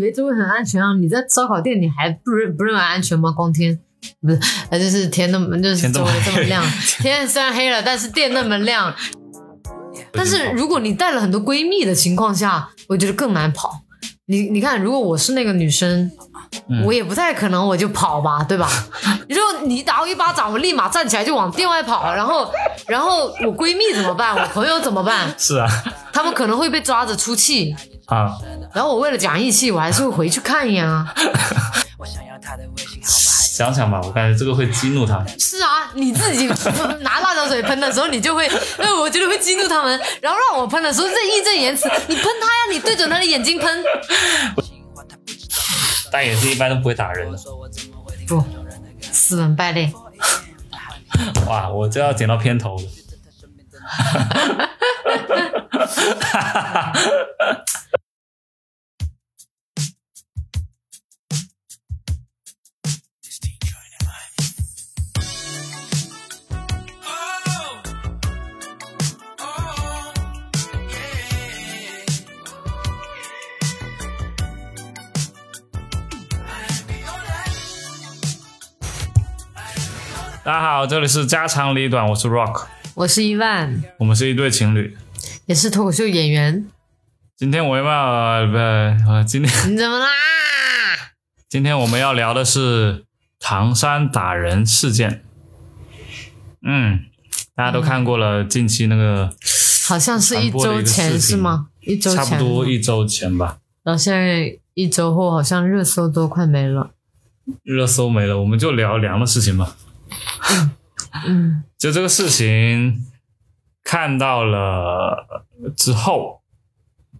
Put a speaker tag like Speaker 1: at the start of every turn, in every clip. Speaker 1: 为这会很安全啊！你在烧烤店，你还不认不认为安全吗？光天不是，呃，就是天那么就是
Speaker 2: 天这
Speaker 1: 周
Speaker 2: 么
Speaker 1: 围这么
Speaker 2: 黑
Speaker 1: 亮，天虽然黑了，但是店那么 亮。但是如果你带了很多闺蜜的情况下，我觉得更难跑。你你看，如果我是那个女生，
Speaker 2: 嗯
Speaker 1: 我也不太可能我就跑吧， 对吧？你说你打我一巴掌，我立马站起来就往店外跑，然后然后我闺蜜怎么办？我朋友怎么办？
Speaker 2: 是啊
Speaker 1: 他们可能会被抓着出气，
Speaker 2: 啊，
Speaker 1: 然后我为了讲义气，我还是会回去看一眼啊。
Speaker 3: 我想要他的微信号码。
Speaker 2: 想想吧，我感觉这个会激怒他。
Speaker 1: 是啊，你自 己拿辣椒水喷的时候，你就会，因为我觉得会激怒他们。然后让我喷的时候，这义正言辞，你喷他呀，你对准他的眼睛喷。
Speaker 2: 但也是一般都不会打人的。
Speaker 1: 不，斯文败类。
Speaker 2: 哇，我就要剪到片头了。大家好，这里是家长里短，我是 Rock，
Speaker 1: 我是伊万，
Speaker 2: 我们是一对情侣。
Speaker 1: 也是脱口秀演员。
Speaker 2: 今天我们要呃不呃，今天
Speaker 1: 你怎么啦？
Speaker 2: 今天我们要聊的是唐山打人事件。嗯，大家都看过
Speaker 1: 嗯
Speaker 2: 了，近期那个
Speaker 1: 好像是一周前是吗？一周
Speaker 2: 差
Speaker 1: 前，
Speaker 2: 不多一周前吧，
Speaker 1: 然后现在一周后，好像热搜都快没了。
Speaker 2: 热搜没了，我们就聊凉的事情吧。
Speaker 1: 嗯
Speaker 2: 就这个事情看到了之后，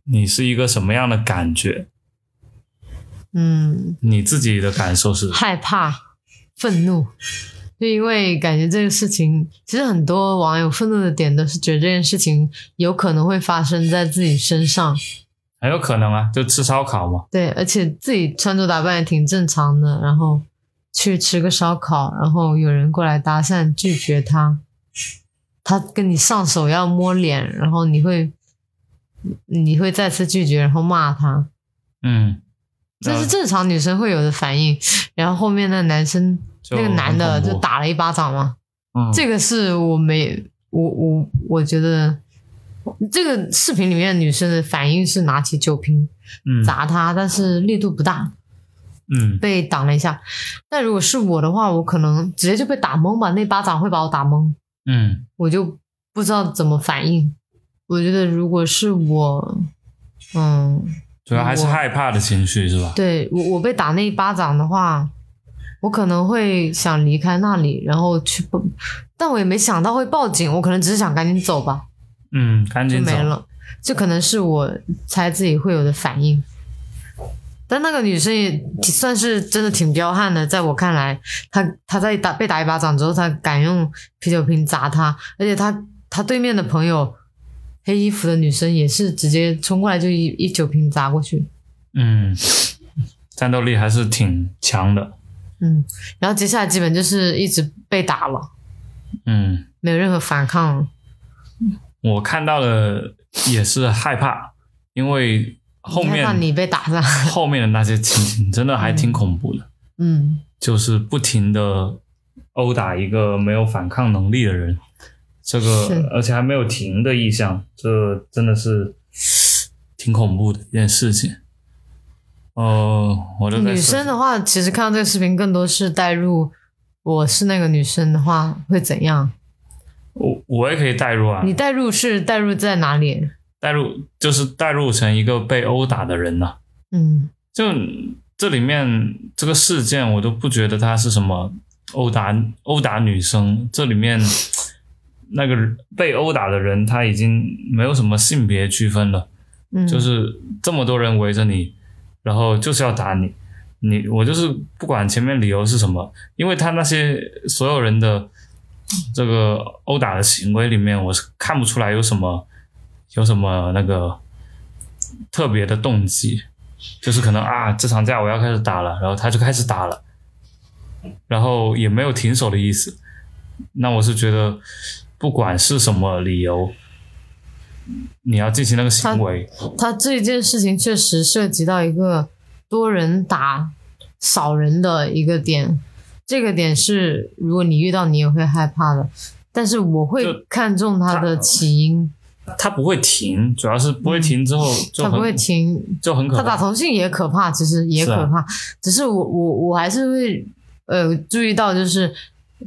Speaker 2: 你是一个什么样的感觉？
Speaker 1: 嗯，
Speaker 2: 你自己的感受是？
Speaker 1: 害怕、愤怒，就因为感觉这个事情，其实很多网友愤怒的点都是觉得这件事情有可能会发生在自己身上，
Speaker 2: 很有可能啊，就吃烧烤嘛。
Speaker 1: 对，而且自己穿着打扮也挺正常的，然后去吃个烧烤，然后有人过来搭讪拒绝他，他跟你上手要摸脸，然后你会你会再次拒绝，然后骂他，
Speaker 2: 嗯，
Speaker 1: 这是正常女生会有的反应。然后后面那男生
Speaker 2: 就
Speaker 1: 那个男的
Speaker 2: 很恐
Speaker 1: 就
Speaker 2: 怖
Speaker 1: 打了一巴掌嘛，
Speaker 2: 嗯，
Speaker 1: 这个是我没我我我觉得这个视频里面女生的反应是拿起酒瓶
Speaker 2: 嗯
Speaker 1: 砸他，但是力度不大。
Speaker 2: 嗯
Speaker 1: 被挡了一下。但如果是我的话，我可能直接就被打懵吧，那巴掌会把我打懵，
Speaker 2: 嗯
Speaker 1: 我就不知道怎么反应。我觉得如果是我，嗯，
Speaker 2: 主要还是
Speaker 1: 我
Speaker 2: 害怕的情绪是吧？
Speaker 1: 对我我被打那一巴掌的话，我可能会想离开那里，然后去报，但我也没想到会报警，我可能只是想赶紧走吧，
Speaker 2: 嗯，赶
Speaker 1: 就
Speaker 2: 紧走
Speaker 1: 没。了。这可能是我猜自己会有的反应。但那个女生也算是真的挺彪悍的，在我看来，她她在打被打一巴掌之后，她敢用啤酒瓶砸她，而且她她对面的朋友黑衣服的女生也是直接冲过来就一一酒瓶砸过去，
Speaker 2: 嗯，战斗力还是挺强的。
Speaker 1: 嗯，然后接下来基本就是一直被打了，
Speaker 2: 嗯，
Speaker 1: 没有任何反抗了，
Speaker 2: 我看到了也是害怕，因为后
Speaker 1: 你害怕
Speaker 2: 面
Speaker 1: 你被打的，
Speaker 2: 后面的那些情形真的还挺恐怖的，
Speaker 1: 嗯，
Speaker 2: 就是不停的殴打一个没有反抗能力的人，这
Speaker 1: 是
Speaker 2: 个而且还没有停的意向，这真的是挺恐怖的一件事情。呃，我就在
Speaker 1: 女
Speaker 2: 思
Speaker 1: 生的话，其实看到这个视频更多是带入，我是那个女生的话会怎样？
Speaker 2: 我我也可以代入啊，
Speaker 1: 你带入是带入在哪里？
Speaker 2: 代入就是代入成一个被殴打的人呐、
Speaker 1: 嗯
Speaker 2: 就这里面这个事件，我都不觉得他是什么殴打殴打女生。这里面那个被殴打的人，他已经没有什么性别区分了，
Speaker 1: 嗯，
Speaker 2: 就是这么多人围着你，然后就是要打你，你我就是不管前面理由是什么，因为他那些所有人的这个殴打的行为里面，我是看不出来有什么有什么那个特别的动机，就是可能啊这场架我要开始打了，然后他就开始打了，然后也没有停手的意思。那我是觉得，不管是什么理由，你要进行那个行为，
Speaker 1: 他这件事情确实涉及到一个多人打少人的一个点，这个点是如果你遇到你也会害怕的，但是我会
Speaker 2: 就
Speaker 1: 看重它的起因，
Speaker 2: 它不会停，主要是不会停之后
Speaker 1: 嗯
Speaker 2: 就
Speaker 1: 它
Speaker 2: 很
Speaker 1: 不会停，
Speaker 2: 就很可
Speaker 1: 他打
Speaker 2: 怕。
Speaker 1: 同性也可怕，其实也
Speaker 2: 嗯是啊
Speaker 1: 可怕，只是我我我还是会呃注意到，就是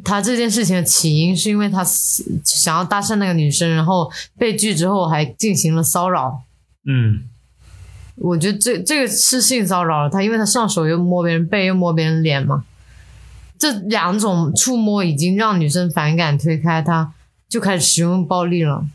Speaker 1: 他这件事情的起因是因为他死想要搭讪那个女生，然后被拒之后还进行了骚扰。
Speaker 2: 嗯，
Speaker 1: 我觉得这这个是性骚扰了他，因为他上手又摸别人背又摸别人脸嘛，这两种触摸已经让女生反感推开他，就开始使用暴力了。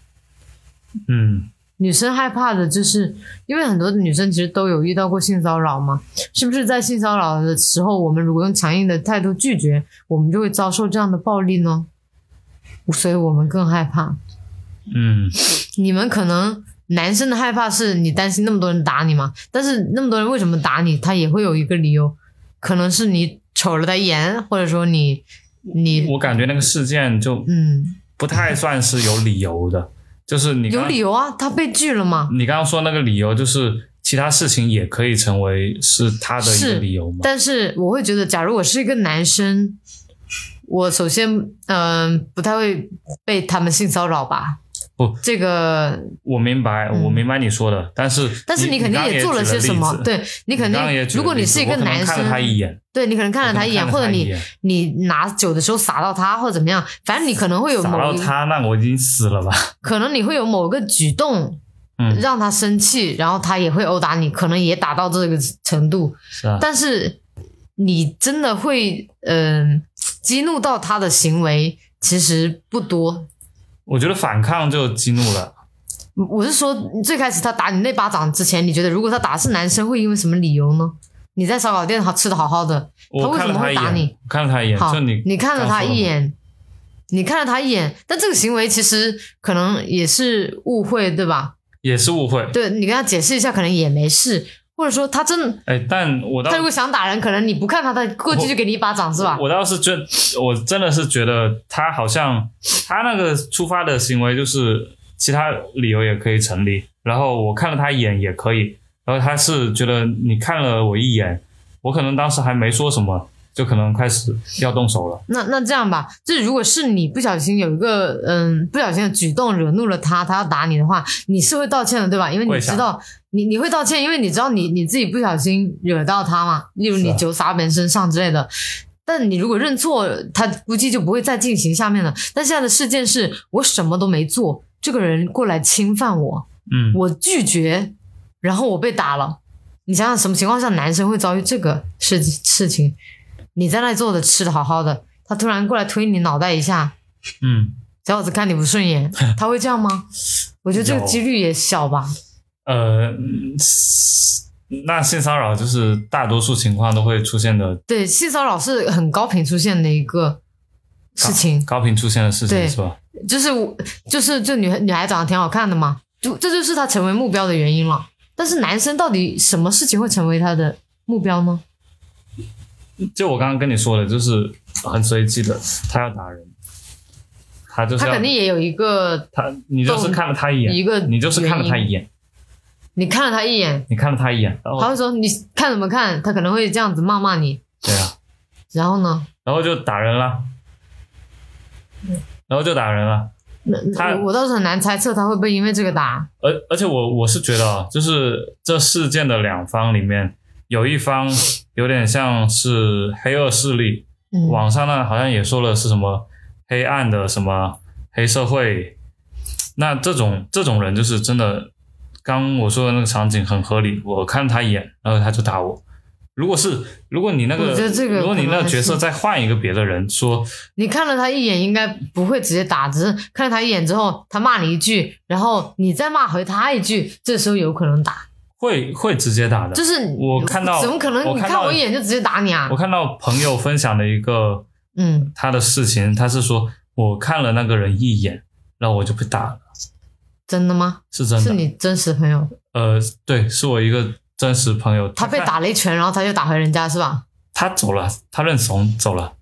Speaker 2: 嗯，
Speaker 1: 女生害怕的就是，因为很多女生其实都有遇到过性骚扰嘛，是不是在性骚扰的时候，我们如果用强硬的态度拒绝，我们就会遭受这样的暴力呢？所以我们更害怕。
Speaker 2: 嗯，
Speaker 1: 你们可能男生的害怕是你担心那么多人打你嘛，但是那么多人为什么打你，他也会有一个理由，可能是你瞅了他一眼，或者说你你
Speaker 2: 我感觉那个事件就
Speaker 1: 嗯
Speaker 2: 不太算是有理由的，就是你刚
Speaker 1: 有理由啊，他被拒了嘛，
Speaker 2: 你刚刚说那个理由就是其他事情也可以成为是他的一
Speaker 1: 是
Speaker 2: 个理由嘛？
Speaker 1: 但是我会觉得，假如我是一个男生，我首先嗯、呃不太会被他们性骚扰吧。
Speaker 2: 不，
Speaker 1: 这个，
Speaker 2: 我明白，
Speaker 1: 嗯
Speaker 2: 我明明白你说的，但是
Speaker 1: 但是
Speaker 2: 你
Speaker 1: 肯定
Speaker 2: 刚也
Speaker 1: 做了
Speaker 2: 举
Speaker 1: 些什么
Speaker 2: 例？子，
Speaker 1: 对你肯
Speaker 2: 刚刚也
Speaker 1: 定，
Speaker 2: 举了
Speaker 1: 如果你
Speaker 2: 例子
Speaker 1: 是一个
Speaker 2: 我可能
Speaker 1: 男
Speaker 2: 看了他
Speaker 1: 生，
Speaker 2: 一眼，
Speaker 1: 对你可能看了他一眼，
Speaker 2: 我
Speaker 1: 或
Speaker 2: 可能看了
Speaker 1: 者
Speaker 2: 他一
Speaker 1: 你
Speaker 2: 眼
Speaker 1: 你拿酒的时候洒到他，或者怎么样，反正你可能会有
Speaker 2: 打
Speaker 1: 某
Speaker 2: 到
Speaker 1: 一，
Speaker 2: 他，那我已经死了吧？
Speaker 1: 可能你会有某个举动
Speaker 2: 嗯，
Speaker 1: 让他生气，然后他也会殴打你，可能也打到这个程度。
Speaker 2: 是啊，
Speaker 1: 但是你真的会嗯、激怒到他的行为其实不多。
Speaker 2: 我觉得反抗就激怒了。
Speaker 1: 我是说，最开始他打你那巴掌之前，你觉得如果他打的是男生，会因为什么理由呢？你在烧烤店好吃的好好的，
Speaker 2: 我
Speaker 1: 为什
Speaker 2: 看了
Speaker 1: 么
Speaker 2: 他
Speaker 1: 会
Speaker 2: 一
Speaker 1: 打
Speaker 2: 眼
Speaker 1: 你？，
Speaker 2: 我看了他一眼，
Speaker 1: 好，
Speaker 2: 就你
Speaker 1: 看了
Speaker 2: 刚
Speaker 1: 他
Speaker 2: 说的
Speaker 1: 一
Speaker 2: 嘛，
Speaker 1: 眼，你看了他一眼，但这个行为其实可能也是误会，对吧？
Speaker 2: 也是误会。
Speaker 1: 对你跟他解释一下，可能也没事，或者说他真的，
Speaker 2: 哎，但我倒
Speaker 1: 他如果想打人，可能你不看他，他过去就给你一巴掌，是吧？
Speaker 2: 我倒是真，我真的是觉得他好像他那个出发的行为就是其他理由也可以成立，然后我看了他一眼也可以，然后他是觉得你看了我一眼，我可能当时还没说什么，就可能开始要动手了。
Speaker 1: 那那这样吧，就是如果是你不小心有一个嗯不小心的举动惹怒了他，他要打你的话，你是会道歉的，对吧？因为你
Speaker 2: 会
Speaker 1: 知道你你会道歉，因为你知道你你自己不小心惹到他嘛，例如
Speaker 2: 是
Speaker 1: 你
Speaker 2: 啊
Speaker 1: 酒洒别人身上之类的。但你如果认错，他估计就不会再进行下面了。但现在的事件是我什么都没做，这个人过来侵犯我，
Speaker 2: 嗯，
Speaker 1: 我拒绝，然后我被打了。你想想什么情况下男生会遭遇这个事事情？你在那里坐着吃的好好的，他突然过来推你脑袋一下，
Speaker 2: 嗯，
Speaker 1: 小伙子看你不顺 眼，他会这样吗？我觉得这个
Speaker 2: 有
Speaker 1: 几率也小吧。
Speaker 2: 呃，那性骚扰就是大多数情况都会出现的
Speaker 1: 对，性骚扰是很高频出现的一个
Speaker 2: 啊
Speaker 1: 事情，
Speaker 2: 高频出现的事
Speaker 1: 对
Speaker 2: 情是吧？
Speaker 1: 就是我就是就女女孩长得挺好看的嘛，就这就是她成为目标的原因了。但是男生到底什么事情会成为他的目标呢？
Speaker 2: 就我刚刚跟你说的，就是很随机的，他要打人，他就是
Speaker 1: 他
Speaker 2: 要
Speaker 1: 肯定也有一个，
Speaker 2: 他，你就是看了他一眼，
Speaker 1: 一个
Speaker 2: 你就是看了他
Speaker 1: 原因
Speaker 2: 一眼，
Speaker 1: 你看了他一眼，
Speaker 2: 你看了他一眼，然
Speaker 1: 他
Speaker 2: 后
Speaker 1: 会说你看什么看？他可能会这样子骂骂你，
Speaker 2: 对啊，
Speaker 1: 然后呢，
Speaker 2: 然后就打人了，然后就打人了，
Speaker 1: 那
Speaker 2: 他
Speaker 1: 我我倒是很难猜测他会不会因为这个打。
Speaker 2: 而而且我我是觉得啊，就是这事件的两方里面，有一方有点像是黑恶势力，
Speaker 1: 嗯，
Speaker 2: 网上呢好像也说了是什么黑暗的什么黑社会，那这种这种人就是真的，刚我说的那个场景很合理，我看他一眼，然后他就打我。如果是如果你那
Speaker 1: 我
Speaker 2: 个
Speaker 1: 觉得这个
Speaker 2: 如果你那
Speaker 1: 可能
Speaker 2: 个
Speaker 1: 还
Speaker 2: 角色
Speaker 1: 是
Speaker 2: 再换一个别的人说，
Speaker 1: 你看了他一眼，应该不会直接打，只是看了他一眼之后，他骂你一句，然后你再骂回他一句，这时候有可能打。
Speaker 2: 会会直接打的。
Speaker 1: 就是
Speaker 2: 嗯我看到
Speaker 1: 怎么可能
Speaker 2: 我
Speaker 1: 你
Speaker 2: 看
Speaker 1: 看
Speaker 2: 到
Speaker 1: 我一眼就直接打你啊
Speaker 2: 我？看到朋友分享的一个
Speaker 1: 嗯，
Speaker 2: 他的事情，他是说我看了那个人一眼，然后我就被打了，
Speaker 1: 真的吗？
Speaker 2: 是真
Speaker 1: 是
Speaker 2: 的。
Speaker 1: 你真实朋友，
Speaker 2: 呃，对，是我一个真实朋友，
Speaker 1: 他被
Speaker 2: 看
Speaker 1: 打了一拳，然后他就打回人家是吧？
Speaker 2: 他走了，他认怂走了，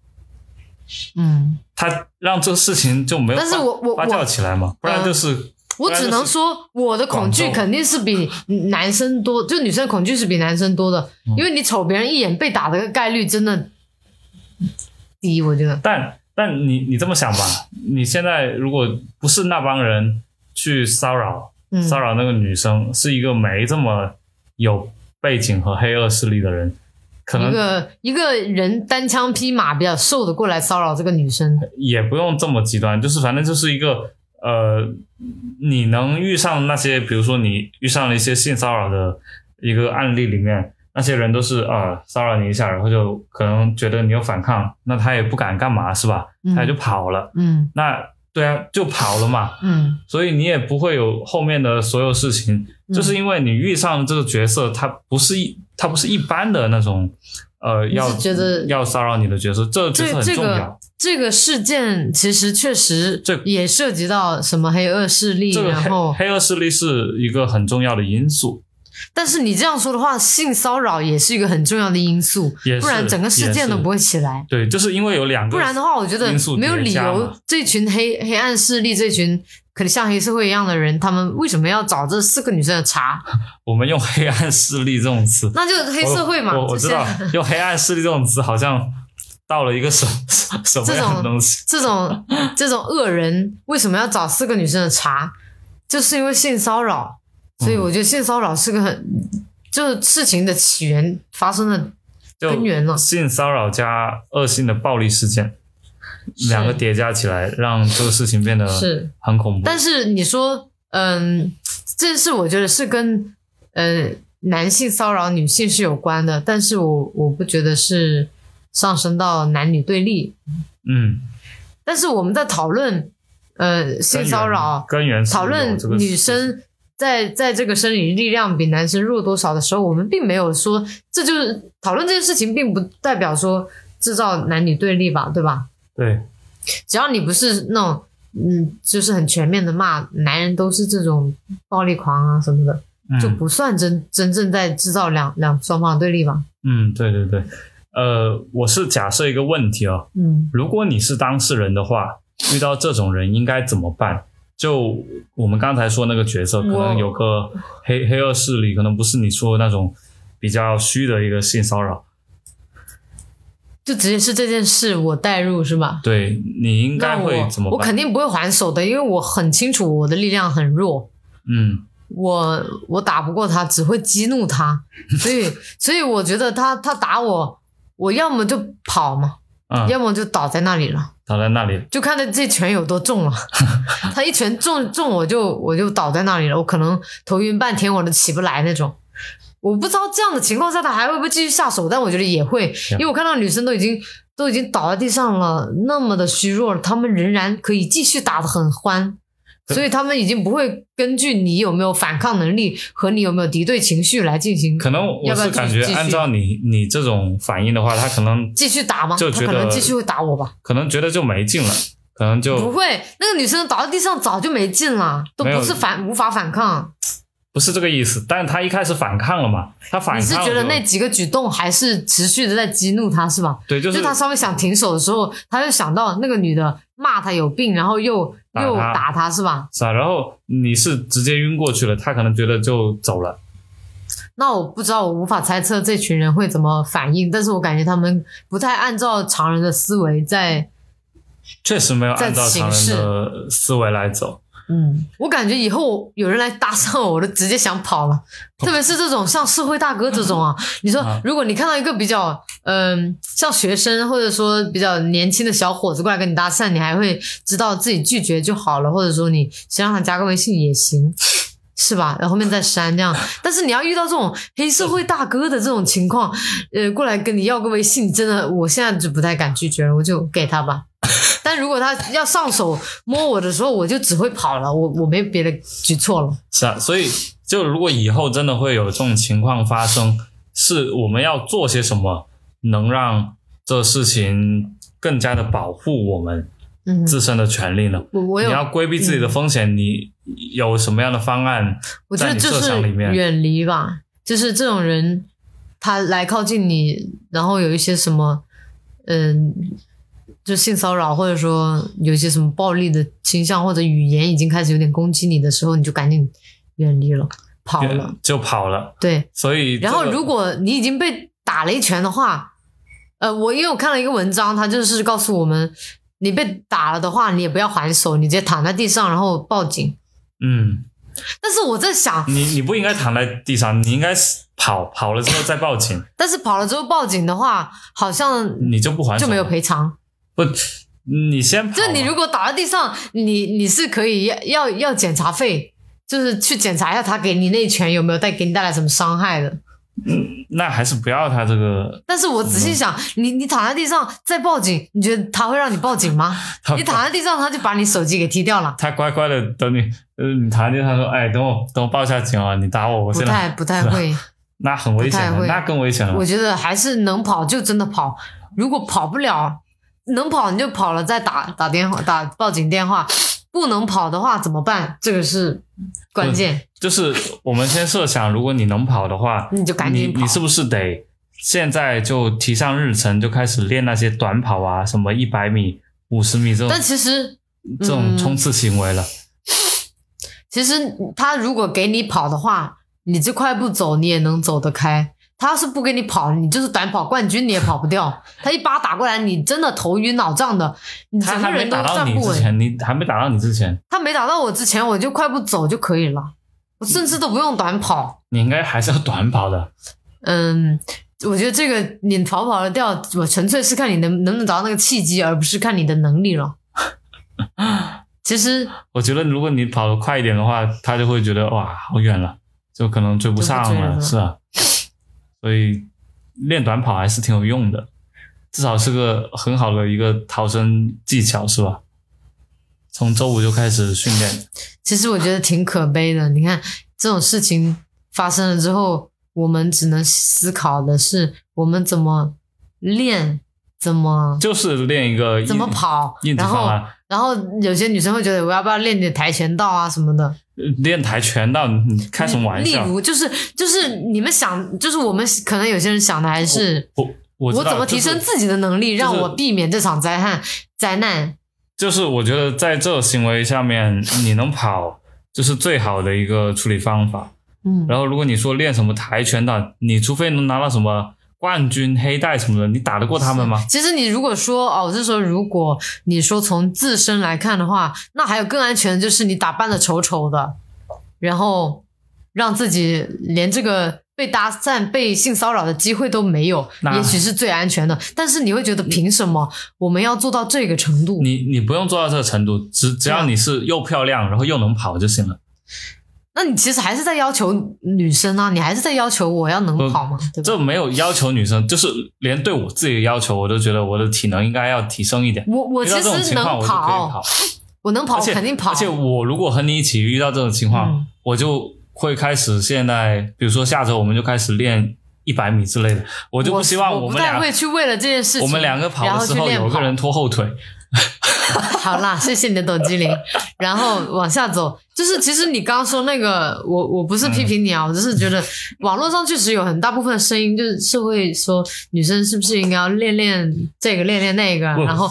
Speaker 1: 嗯，
Speaker 2: 他让这个事情就没有发，
Speaker 1: 但是我我
Speaker 2: 发
Speaker 1: 我嗯
Speaker 2: 酵起来嘛，不然就是
Speaker 1: 我只能说我的恐惧
Speaker 2: 广州
Speaker 1: 肯定是 比男生多，就女生的恐惧是比男生多的，
Speaker 2: 嗯
Speaker 1: 因为你瞅别人一眼被打的概率真的低，我觉得。
Speaker 2: 但但你你这么想吧，你现在如果不是那帮人去骚扰
Speaker 1: 嗯
Speaker 2: 骚扰那个女生，是一个没这么有背景和黑恶势力的人，可
Speaker 1: 一
Speaker 2: 能
Speaker 1: 个一个人单枪匹马比较瘦的过来骚扰这个女生，
Speaker 2: 也不用这么极端，就是反正就是一个呃，你能遇上那些，比如说你遇上了一些性骚扰的一个案例里面，那些人都是啊、骚扰你一下，然后就可能觉得你有反抗，那他也不敢干嘛是吧？
Speaker 1: 嗯
Speaker 2: 他也就跑了。
Speaker 1: 嗯
Speaker 2: 那对啊，就跑了嘛。
Speaker 1: 嗯
Speaker 2: 所以你也不会有后面的所有事情，
Speaker 1: 嗯
Speaker 2: 就是因为你遇上了这个角色，他不是一他不是一般的那种，呃，要
Speaker 1: 觉得
Speaker 2: 要骚扰你的角色，这个角色
Speaker 1: 这
Speaker 2: 很
Speaker 1: 这
Speaker 2: 重
Speaker 1: 个
Speaker 2: 要。
Speaker 1: 这个事件其实确实
Speaker 2: 这
Speaker 1: 也涉及到什么黑恶势力，
Speaker 2: 这个
Speaker 1: 然后
Speaker 2: 黑黑恶势力是一个很重要的因素，
Speaker 1: 但是你这样说的话，性骚扰也是一个很重要的因素
Speaker 2: 也，是
Speaker 1: 不然整个事件都不会起来。
Speaker 2: 对，就是因为有两个，
Speaker 1: 不然的话，我觉得
Speaker 2: 因素叠
Speaker 1: 没
Speaker 2: 加
Speaker 1: 有理由
Speaker 2: 嘛，
Speaker 1: 这群黑黑暗势力，这群可能像黑社会一样的人，他们为什么要找这四个女生的 茬？
Speaker 2: 我们用黑暗势力这种词，
Speaker 1: 那就黑社会嘛，
Speaker 2: 我我我
Speaker 1: 这
Speaker 2: 知
Speaker 1: 些
Speaker 2: 道用黑暗势力这种词好像到了一个什什么样
Speaker 1: 这种
Speaker 2: 的东西，
Speaker 1: 这种这种恶人为什么要找四个女生的茬？就是因为性骚扰，所
Speaker 2: 嗯
Speaker 1: 以我觉得性骚扰是个很，就是事情的起源发生的
Speaker 2: 就
Speaker 1: 根源了
Speaker 2: 性骚扰加恶性的暴力事件，两个啊叠加起来，让这个事情变得
Speaker 1: 是
Speaker 2: 很恐怖。
Speaker 1: 但是你说，嗯，这件事我觉得是跟呃男性骚扰女性是有关的，但是我我不觉得是上升到男女对立。
Speaker 2: 嗯，
Speaker 1: 但是我们在讨论呃性骚扰，
Speaker 2: 根源是
Speaker 1: 讨论
Speaker 2: 有这个
Speaker 1: 女生在在这个生理力量比男生弱多少的时候，我们并没有说这就是讨论这件事情，并不代表说制造男女对立吧，对吧？
Speaker 2: 对，
Speaker 1: 只要你不是那种，嗯，就是很全面的骂男人都是这种暴力狂啊什么的，就
Speaker 2: 嗯
Speaker 1: 不算真真正在制造两两双方的对立吧。
Speaker 2: 嗯，对对对，呃，我是假设一个问题哦，
Speaker 1: 嗯
Speaker 2: 如果你是当事人的话，遇到这种人应该怎么办？就我们刚才说那个角色，可
Speaker 1: 我
Speaker 2: 能有个黑黑恶势力，可能不是你说的那种比较虚的一个性骚扰，
Speaker 1: 就直接是这件事我代入是吧？
Speaker 2: 对你应该
Speaker 1: 那
Speaker 2: 会
Speaker 1: 我
Speaker 2: 怎么
Speaker 1: 我
Speaker 2: 办？
Speaker 1: 肯定不会还手的，因为我很清楚我的力量很弱，
Speaker 2: 嗯
Speaker 1: 我我打不过他，只会激怒 他，所以所以我觉得他他打我，我要么就跑嘛，
Speaker 2: 嗯，
Speaker 1: 要么就倒在那里了。
Speaker 2: 躺在那里，
Speaker 1: 就看他这拳有多 重了。他一拳中中我就我就倒在那里了，我可能头晕半天，我都起不来那种。我不知道这样的情况下他还会不会继续下手，但我觉得也会，因为我看到女生都已经都已经倒在地上了，那么的虚弱了，他们仍然可以继续打得很欢。所以他们已经不会根据你有没有反抗能力和你有没有敌对情绪来进行
Speaker 2: 可能我
Speaker 1: 要不要
Speaker 2: 是
Speaker 1: 继
Speaker 2: 感觉
Speaker 1: 继续
Speaker 2: 按照你你这种反应的话，他可能
Speaker 1: 继续打吗？
Speaker 2: 就
Speaker 1: 他
Speaker 2: 觉
Speaker 1: 可能
Speaker 2: 得
Speaker 1: 继续会打我吧。
Speaker 2: 可能觉得就没劲了，可能
Speaker 1: 不
Speaker 2: 就
Speaker 1: 会，那个女生倒在地上早就没劲了，都
Speaker 2: 没有
Speaker 1: 不是反无法反抗。
Speaker 2: 不是这个意思。但是他一开始反抗了嘛，他反抗
Speaker 1: 你是觉得
Speaker 2: 了就
Speaker 1: 那几个举动还是持续的在激怒她是吧？
Speaker 2: 对，就
Speaker 1: 就是她稍微想停手的时候，她就想到那个女的骂她有病，然后又
Speaker 2: 打
Speaker 1: 又
Speaker 2: 她
Speaker 1: 打她是吧？
Speaker 2: 是啊，然后你是直接晕过去了，他可能觉得就走了。
Speaker 1: 那我不知道，我无法猜测这群人会怎么反应，但是我感觉他们不太按照常人的思维在，
Speaker 2: 确实没有按照
Speaker 1: 在形
Speaker 2: 常人
Speaker 1: 式
Speaker 2: 的思维来走，
Speaker 1: 嗯，我感觉以后有人来搭讪我，我都直接想跑了，特别是这种像社会大哥这 种啊，你说
Speaker 2: 啊
Speaker 1: 如果你看到一个比较嗯、像学生或者说比较年轻的小伙子过来跟你搭讪，你还会知道自己拒绝就好了，或者说你先让他加个微信也行，是吧？然后后面再删 这样。但是你要遇到这种黑社会大哥的这种情况，呃，过来跟你要个微信，真的我现在就不太敢拒绝了，我就给他吧。但如果他要上手摸我的时候，我就只会跑了，我我没别的举措了。
Speaker 2: 是啊，所以就如果以后真的会有这种情况发生，是我们要做些什么，能让这事情更加的保护我们
Speaker 1: 嗯，
Speaker 2: 自身的权利呢？
Speaker 1: 我我有
Speaker 2: 你要规避自己的风险，你有什么样的方案？
Speaker 1: 我觉得就
Speaker 2: 在你设
Speaker 1: 是
Speaker 2: 想里面
Speaker 1: 远离吧，就是这种人，他来靠近你，然后有一些什么，嗯，就性骚扰或者说有一些什么暴力的倾向或者语言已经开始有点攻击你的时候，你就赶紧远离了，跑了。
Speaker 2: 就跑了。
Speaker 1: 对，
Speaker 2: 所以这
Speaker 1: 然
Speaker 2: 个、
Speaker 1: 后如果你已经被打了一拳的话，呃，我因为我看了一个文章，它就是告诉我们，你被打了的话，你也不要还手，你直接躺在地上，然后报警。
Speaker 2: 嗯，
Speaker 1: 但是我在想，
Speaker 2: 你你不应该躺在地上，你应该跑跑了之后再报警，
Speaker 1: 但是跑了之后报警的话，好像
Speaker 2: 你就不还手
Speaker 1: 就没有赔偿。
Speaker 2: 不，你先跑
Speaker 1: 就你
Speaker 2: 嘛
Speaker 1: 如果打在地上，你你是可以要要要检查费，就是去检查一下他给你那一拳有没有带给你带来什么伤害的。
Speaker 2: 那还是不要他这个，
Speaker 1: 但是我仔细
Speaker 2: 嗯
Speaker 1: 想，你你躺在地上再报警，你觉得他会让你报警吗？
Speaker 2: 他
Speaker 1: 你躺在地上，他就把你手机给踢掉了，
Speaker 2: 他乖乖的等你，呃，你躺在地上说，哎，等我等我报一下警啊，你打我，我
Speaker 1: 不
Speaker 2: 现在嗯
Speaker 1: 太不太会。
Speaker 2: 那很危险
Speaker 1: 不太
Speaker 2: 的，
Speaker 1: 会
Speaker 2: 那更危险
Speaker 1: 我
Speaker 2: 了。
Speaker 1: 觉得还是能跑就真的跑，如果跑不了，能跑你就跑了，再打打电话打报警电话。 不能跑的话怎么办？这个是关键。
Speaker 2: 就是我们先设想，如果你能跑的话，
Speaker 1: 你就赶紧
Speaker 2: 你
Speaker 1: 跑
Speaker 2: 你是不是得现在就提上日程，就开始练那些短跑啊，什么一百米、五十米这种
Speaker 1: 但嗯其实
Speaker 2: 这种冲刺行为了？
Speaker 1: 其实他如果给你跑的话，你这快步走你也能走得开。他要是不给你跑，你就是短跑冠军你也跑不掉。他一巴打过来，你真的头晕脑胀的，你
Speaker 2: 他
Speaker 1: 整个
Speaker 2: 还没
Speaker 1: 人都
Speaker 2: 打到
Speaker 1: 站
Speaker 2: 你
Speaker 1: 不
Speaker 2: 之
Speaker 1: 稳。
Speaker 2: 前，你还没打到你之前，
Speaker 1: 他没打到我之前，我就快步走就可以了，我甚至都不用短跑。
Speaker 2: 你应该还是要短跑的。
Speaker 1: 嗯，我觉得这个你跑不跑得掉，我纯粹是看你能能不能找到那个契机，而不是看你的能力了。其实
Speaker 2: 我觉得如果你跑得快一点的话，他就会觉得哇，好远了，就可能追不上
Speaker 1: 就不追
Speaker 2: 了，
Speaker 1: 了
Speaker 2: 是啊。所以练短跑还是挺有用的，至少是个很好的一个逃生技巧，是吧？从周五就开始训练，
Speaker 1: 其实我觉得挺可悲的。你看这种事情发生了之后，我们只能思考的是我们怎么练，怎么
Speaker 2: 就是练一个
Speaker 1: 怎么
Speaker 2: 硬
Speaker 1: 跑，
Speaker 2: 硬
Speaker 1: 然
Speaker 2: 方
Speaker 1: 后
Speaker 2: 案，
Speaker 1: 然后有些女生会觉得我要不要练点跆拳道啊什么的。
Speaker 2: 呃练跆拳道，你你开什么玩
Speaker 1: 例
Speaker 2: 笑？
Speaker 1: 如，就是就是你们想，就是我们可能有些人想的还是
Speaker 2: 我我知
Speaker 1: 我
Speaker 2: 道
Speaker 1: 怎么提升
Speaker 2: 就是
Speaker 1: 自己的能力，
Speaker 2: 就是
Speaker 1: 让我避免这场灾害灾难。
Speaker 2: 就是我觉得在这行为下面，你能跑就是最好的一个处理方法。
Speaker 1: 嗯，
Speaker 2: 然后如果你说练什么跆拳道，你除非能拿到什么冠军、黑带什么的，你打得过他们吗？
Speaker 1: 其实你如果说哦，我是说，如果你说从自身来看的话，那还有更安全的就是你打扮的丑丑的，然后让自己连这个被搭讪、被性骚扰的机会都没有，
Speaker 2: 那
Speaker 1: 也许是最安全的。但是你会觉得凭什么我们要做到这个程度？
Speaker 2: 你你不用做到这个程度，只只要
Speaker 1: 对啊
Speaker 2: 你是又漂亮，然后又能跑就行了。
Speaker 1: 那你其实还是在要求女生啊，你还是在要求我要能
Speaker 2: 不
Speaker 1: 跑嘛，对吧？
Speaker 2: 这没有要求女生，就是连对我自己的要求，我都觉得我的体能应该要提升一点。
Speaker 1: 我我
Speaker 2: 遇
Speaker 1: 其
Speaker 2: 到这种
Speaker 1: 实
Speaker 2: 情
Speaker 1: 能
Speaker 2: 况，我就可以跑，
Speaker 1: 我能跑，
Speaker 2: 而
Speaker 1: 我
Speaker 2: 且
Speaker 1: 肯定跑。
Speaker 2: 而且我如果和你一起遇到这种情况，
Speaker 1: 嗯
Speaker 2: 我就会开始现在，比如说下周我们就开始练一百米之类的，我就
Speaker 1: 我
Speaker 2: 不希望
Speaker 1: 我
Speaker 2: 们
Speaker 1: 太
Speaker 2: 俩
Speaker 1: 会去为了这件事情，
Speaker 2: 我们两个跑
Speaker 1: 然
Speaker 2: 的
Speaker 1: 后
Speaker 2: 时
Speaker 1: 去
Speaker 2: 候
Speaker 1: 练
Speaker 2: 有个
Speaker 1: 跑
Speaker 2: 人拖后腿，
Speaker 1: 好啦，谢谢你的抖机灵。然后往下走，就是其实你刚刚说那个，我我不是
Speaker 2: 嗯
Speaker 1: 批评你啊，我只是觉得网络上确实有很大部分声音就是是会说女生是不是应该要练练这个练练那个，
Speaker 2: 不
Speaker 1: 然后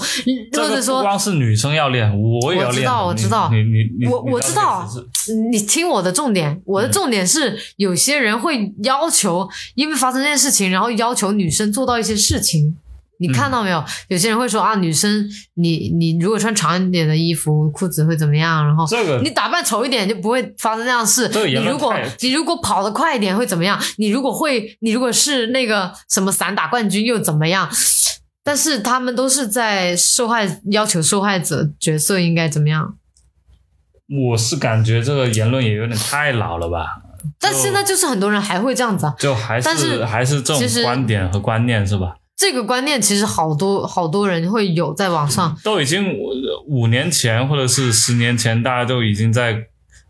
Speaker 2: 这
Speaker 1: 或者
Speaker 2: 个不
Speaker 1: 说
Speaker 2: 光是女生要练，我也要练的。
Speaker 1: 我知道我知道
Speaker 2: 你你你，你
Speaker 1: 我
Speaker 2: 你
Speaker 1: 我知道
Speaker 2: 这个意思是，
Speaker 1: 你听我的重点，我的
Speaker 2: 嗯
Speaker 1: 重点是有些人会要求，因为发生这件事情，然后要求女生做到一些事情。
Speaker 2: 嗯
Speaker 1: 你看到没有？有些人会说啊，女生你你如果穿长一点的衣服，裤子会怎么样？然后
Speaker 2: 这个
Speaker 1: 你打扮丑一点就不会发生这样的事。
Speaker 2: 这个言
Speaker 1: 你
Speaker 2: 论
Speaker 1: 如果
Speaker 2: 太
Speaker 1: 你如果跑得快一点会怎么样？你如果会，你如果是那个什么散打冠军又怎么样？但是他们都是在受害要求受害者角色应该怎么样？
Speaker 2: 我是感觉这个言论也有点太老了吧？
Speaker 1: 但现在就是很多人还会这样子啊，
Speaker 2: 就还
Speaker 1: 但是
Speaker 2: 还是这
Speaker 1: 其实
Speaker 2: 种观点和观念是吧？
Speaker 1: 这个观念其实好多好多人会有在网上，
Speaker 2: 都已经五五年前或者是十年前，大家都已经在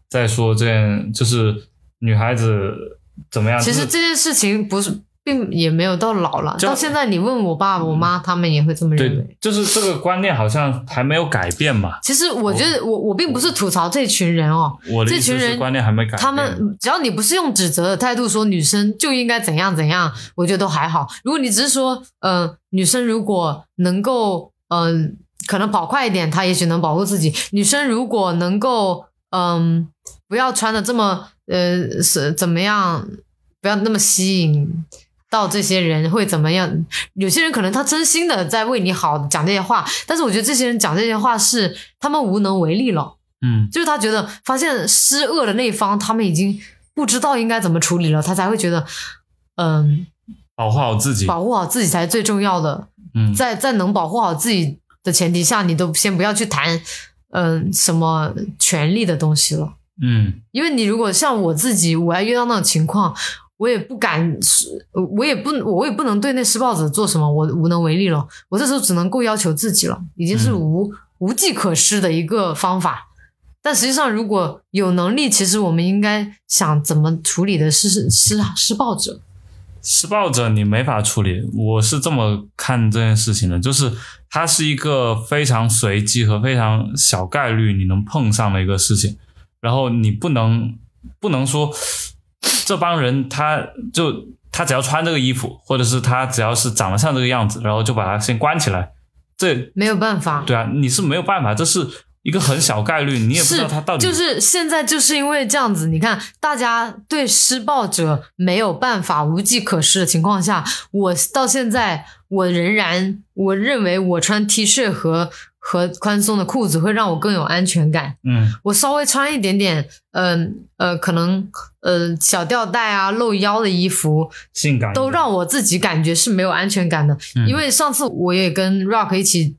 Speaker 2: 在说这样，就是女孩子怎么样？
Speaker 1: 其实
Speaker 2: 嗯就是
Speaker 1: 这件事情不是。并也没有到老了，
Speaker 2: 就嗯
Speaker 1: 到现在你问我爸我妈，他们也会这么认为
Speaker 2: 对。，就是这个观念好像还没有改变嘛。
Speaker 1: 其实我觉得
Speaker 2: 哦
Speaker 1: 我我并不是吐槽这群人哦，
Speaker 2: 我的
Speaker 1: 这
Speaker 2: 意思
Speaker 1: 群
Speaker 2: 是
Speaker 1: 人
Speaker 2: 观念还没改变。
Speaker 1: 他们只要你不是用指责的态度说女生就应该怎嗯样怎样，我觉得都还好。如果你只是说，呃，女生如果能够呃嗯、可能跑快一点，她也许能保护自己。女生如果能够嗯、不要穿的这么呃是怎么样，不要那么吸引。到这些人会怎么样？有些人可能他真心的在为你好，讲这些话，但是我觉得这些人讲这些话是他们无能为力了。
Speaker 2: 嗯
Speaker 1: 就是他觉得发现施恶的那一方，他们已经不知道应该怎么处理了，他才会觉得，嗯，
Speaker 2: 保护好自己，
Speaker 1: 保护好自己才是最重要的。
Speaker 2: 嗯，
Speaker 1: 在在能保护好自己的前提下，你都先不要去谈，嗯，什么权利的东西了。
Speaker 2: 嗯
Speaker 1: 因为你如果像我自己，我要遇到那种情况，我也不敢，呃我也不，我也不能对那施暴者做什么，我无能为力了。我这时候只能够要求自己了，已经是
Speaker 2: 嗯
Speaker 1: 无、无计可施的一个方法。但实际上，如果有能力，其实我们应该想怎么处理的施施施暴者。
Speaker 2: 施暴者你没法处理，我是这么看这件事情的，就是它是一个非常随机和非常小概率你能碰上的一个事情，然后你不能不能说这帮人他就他只要穿这个衣服，或者是他只要是长得像这个样子，然后就把他先关起来，这
Speaker 1: 没有办法，
Speaker 2: 对啊，你是没有办法，这是一个很小概率，你也不知道他到底
Speaker 1: 就是现在就是因为这样子，你看大家对施暴者没有办法无计可施的情况下，我到现在我仍然我认为我穿 T 恤和和宽松的裤子会让我更有安全感。
Speaker 2: 嗯
Speaker 1: 我稍微穿一点点，嗯呃可能呃小吊带啊露腰的衣服，
Speaker 2: 性感一点
Speaker 1: 都让我自己感觉是没有安全感的。
Speaker 2: 嗯
Speaker 1: 因为上次我也跟 Rock 一起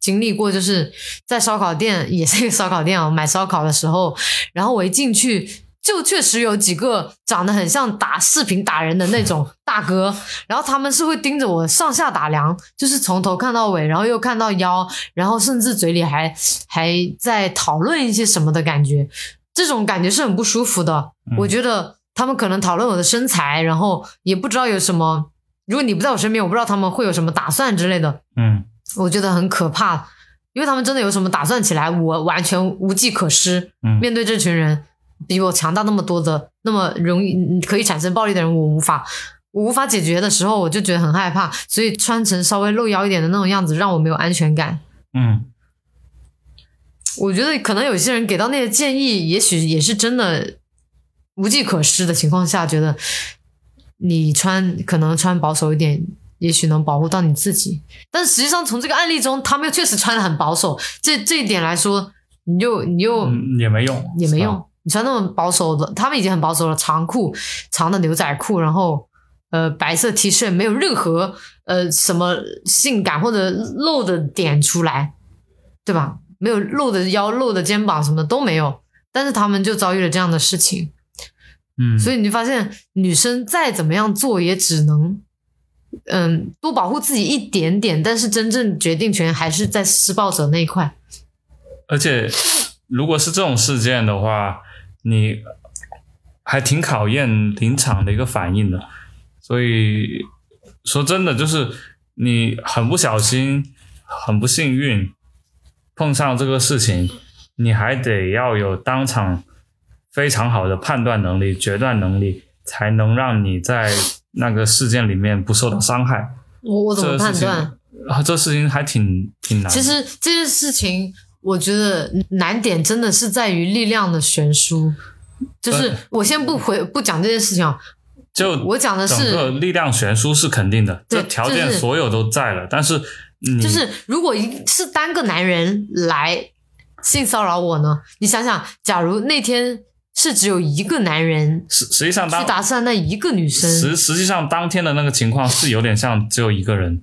Speaker 1: 经历过，就是在烧烤店，也是一个烧烤店啊，买烧烤的时候，然后我一进去。就确实有几个长得很像打视频打人的那种大 哥，然后他们是会盯着我上下打量，就是从头看到尾，然后又看到腰，然后甚至嘴里还还在讨论一些什么的感觉，这种感觉是很不舒服的。
Speaker 2: 嗯
Speaker 1: 我觉得他们可能讨论我的身材，然后也不知道有什么。如果你不在我身边，我不知道他们会有什么打算之类的，
Speaker 2: 嗯
Speaker 1: 我觉得很可怕，因为他们真的有什么打算起来，我完全无计可施。
Speaker 2: 嗯
Speaker 1: 面对这群人比我强大那么多的，那么容易可以产生暴力的人，我无法，我无法解决的时候，我就觉得很害怕，所以穿成稍微露腰一点的那种样子，让我没有安全感。
Speaker 2: 嗯
Speaker 1: 我觉得可能有些人给到那些建议，也许也是真的无计可施的情况下，觉得你穿可能穿保守一点，也许能保护到你自己。但实际上从这个案例中，他们又确实穿的很保守，这这一点来说，你就你又、
Speaker 2: 嗯也没用
Speaker 1: 也没
Speaker 2: 是吧
Speaker 1: 用，你穿那么保守的，他们已经很保守了，长裤、长的牛仔裤，然后呃白色 T 恤，没有任何呃什么性感或者露的点出来，对吧？没有露的腰、露的肩膀什么都没有，但是他们就遭遇了这样的事情，
Speaker 2: 嗯，
Speaker 1: 所以你就发现女生再怎么样做，也只能。嗯，多保护自己一点点，但是真正决定权还是在施暴者那一块。
Speaker 2: 而且，如果是这种事件的话，你还挺考验临场的一个反应的。所以说真的，就是你很不小心、很不幸运碰上这个事情，你还得要有当场非常好的判断能力、决断能力，才能让你在那个事件里面不受到伤害。
Speaker 1: 我我怎么
Speaker 2: 这个
Speaker 1: 判
Speaker 2: 事情
Speaker 1: 断？
Speaker 2: 啊，这事情还挺挺难的。
Speaker 1: 其实这件事情，我觉得难点真的是在于力量的悬殊。就是
Speaker 2: 对
Speaker 1: 我先不回不讲这件事情啊，
Speaker 2: 就
Speaker 1: 我讲的
Speaker 2: 整个
Speaker 1: 呃是，
Speaker 2: 力量悬殊是肯定的，
Speaker 1: 对
Speaker 2: 这条
Speaker 1: 就
Speaker 2: 件
Speaker 1: 是
Speaker 2: 所有都在了，但是你
Speaker 1: 就是如果一是单个男人来性骚扰我呢，你想想，假如那天是只有一个男人
Speaker 2: 实实际上
Speaker 1: 去
Speaker 2: 当
Speaker 1: 搭讪那一个女生
Speaker 2: 实实际上当天的那个情况是有点像只有一个人，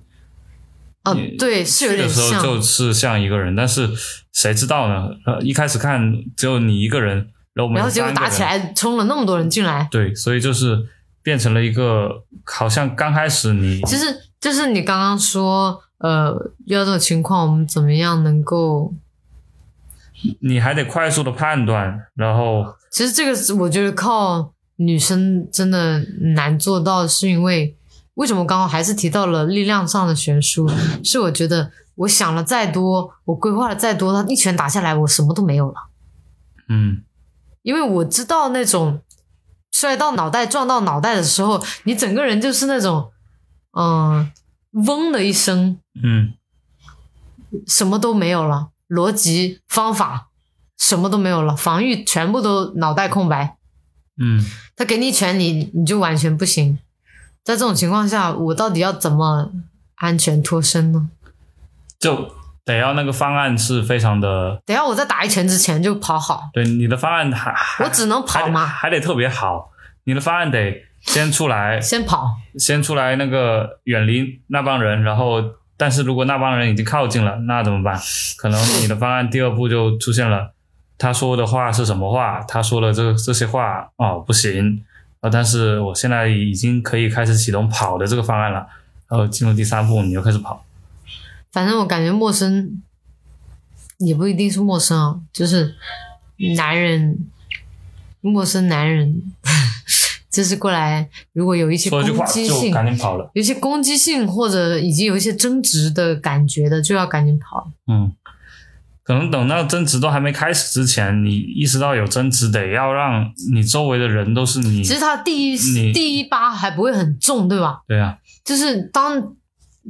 Speaker 1: 啊
Speaker 2: 你，
Speaker 1: 对， 是有
Speaker 2: 去
Speaker 1: 点
Speaker 2: 的时候
Speaker 1: 像，
Speaker 2: 就是像一个人，但是谁知道呢？呃，一开始看只有你一个人，然后我们
Speaker 1: 然
Speaker 2: 有
Speaker 1: 后结果
Speaker 2: 三个
Speaker 1: 打起
Speaker 2: 人，
Speaker 1: 来，冲了那么多人进来，
Speaker 2: 对，所以就是变成了一个好像刚开始你
Speaker 1: 其实就是你刚刚说，呃，遇到这种情况，我们怎么样能够
Speaker 2: 你还得快速的判断，然后
Speaker 1: 其实这个是我觉得靠女生真的难做到，是因为为什么刚刚还是提到了力量上的悬殊？是我觉得我想了再多，我规划了再多，他一拳打下来，我什么都没有了。
Speaker 2: 嗯
Speaker 1: 因为我知道那种摔到脑袋撞到脑袋的时候，你整个人就是那种嗯、嗡的一声，
Speaker 2: 嗯
Speaker 1: 什么都没有了，逻辑、方法什么都没有了，防御全部都脑袋空白。
Speaker 2: 嗯
Speaker 1: 他给你一拳，你你就完全不行。在这种情况下，我到底要怎么安全脱身呢？
Speaker 2: 就得要那个方案是非常的，
Speaker 1: 等一下我在打一拳之前就跑好，
Speaker 2: 对你的方案还还
Speaker 1: 我只能跑
Speaker 2: 还得
Speaker 1: 嘛，
Speaker 2: 还得特别好，你的方案得先出来，
Speaker 1: 先跑。
Speaker 2: 先出来那个远离那帮人，然后但是如果那帮人已经靠近了，那怎么办？可能你的方案第二步就出现了，他说的话是什么话？他说了这这些话哦，不行啊！但是我现在已经可以开始启动跑的这个方案了，然后进入第三步，你就开始跑。
Speaker 1: 反正我感觉陌生也不一定是陌生啊，就是男人，陌生男人， 就是过来，如果有一些
Speaker 2: 说一句
Speaker 1: 攻
Speaker 2: 话
Speaker 1: 击
Speaker 2: 就
Speaker 1: 性，
Speaker 2: 赶紧跑了。
Speaker 1: 有一些攻击性或者已经有一些争执的感觉的，就要赶紧跑。
Speaker 2: 嗯，可能等到争执都还没开始之前，你意识到有争执，得要让你周围的人都是你。
Speaker 1: 其实他第一
Speaker 2: 你
Speaker 1: 第一巴还不会很重，对吧？
Speaker 2: 对啊，
Speaker 1: 就是当，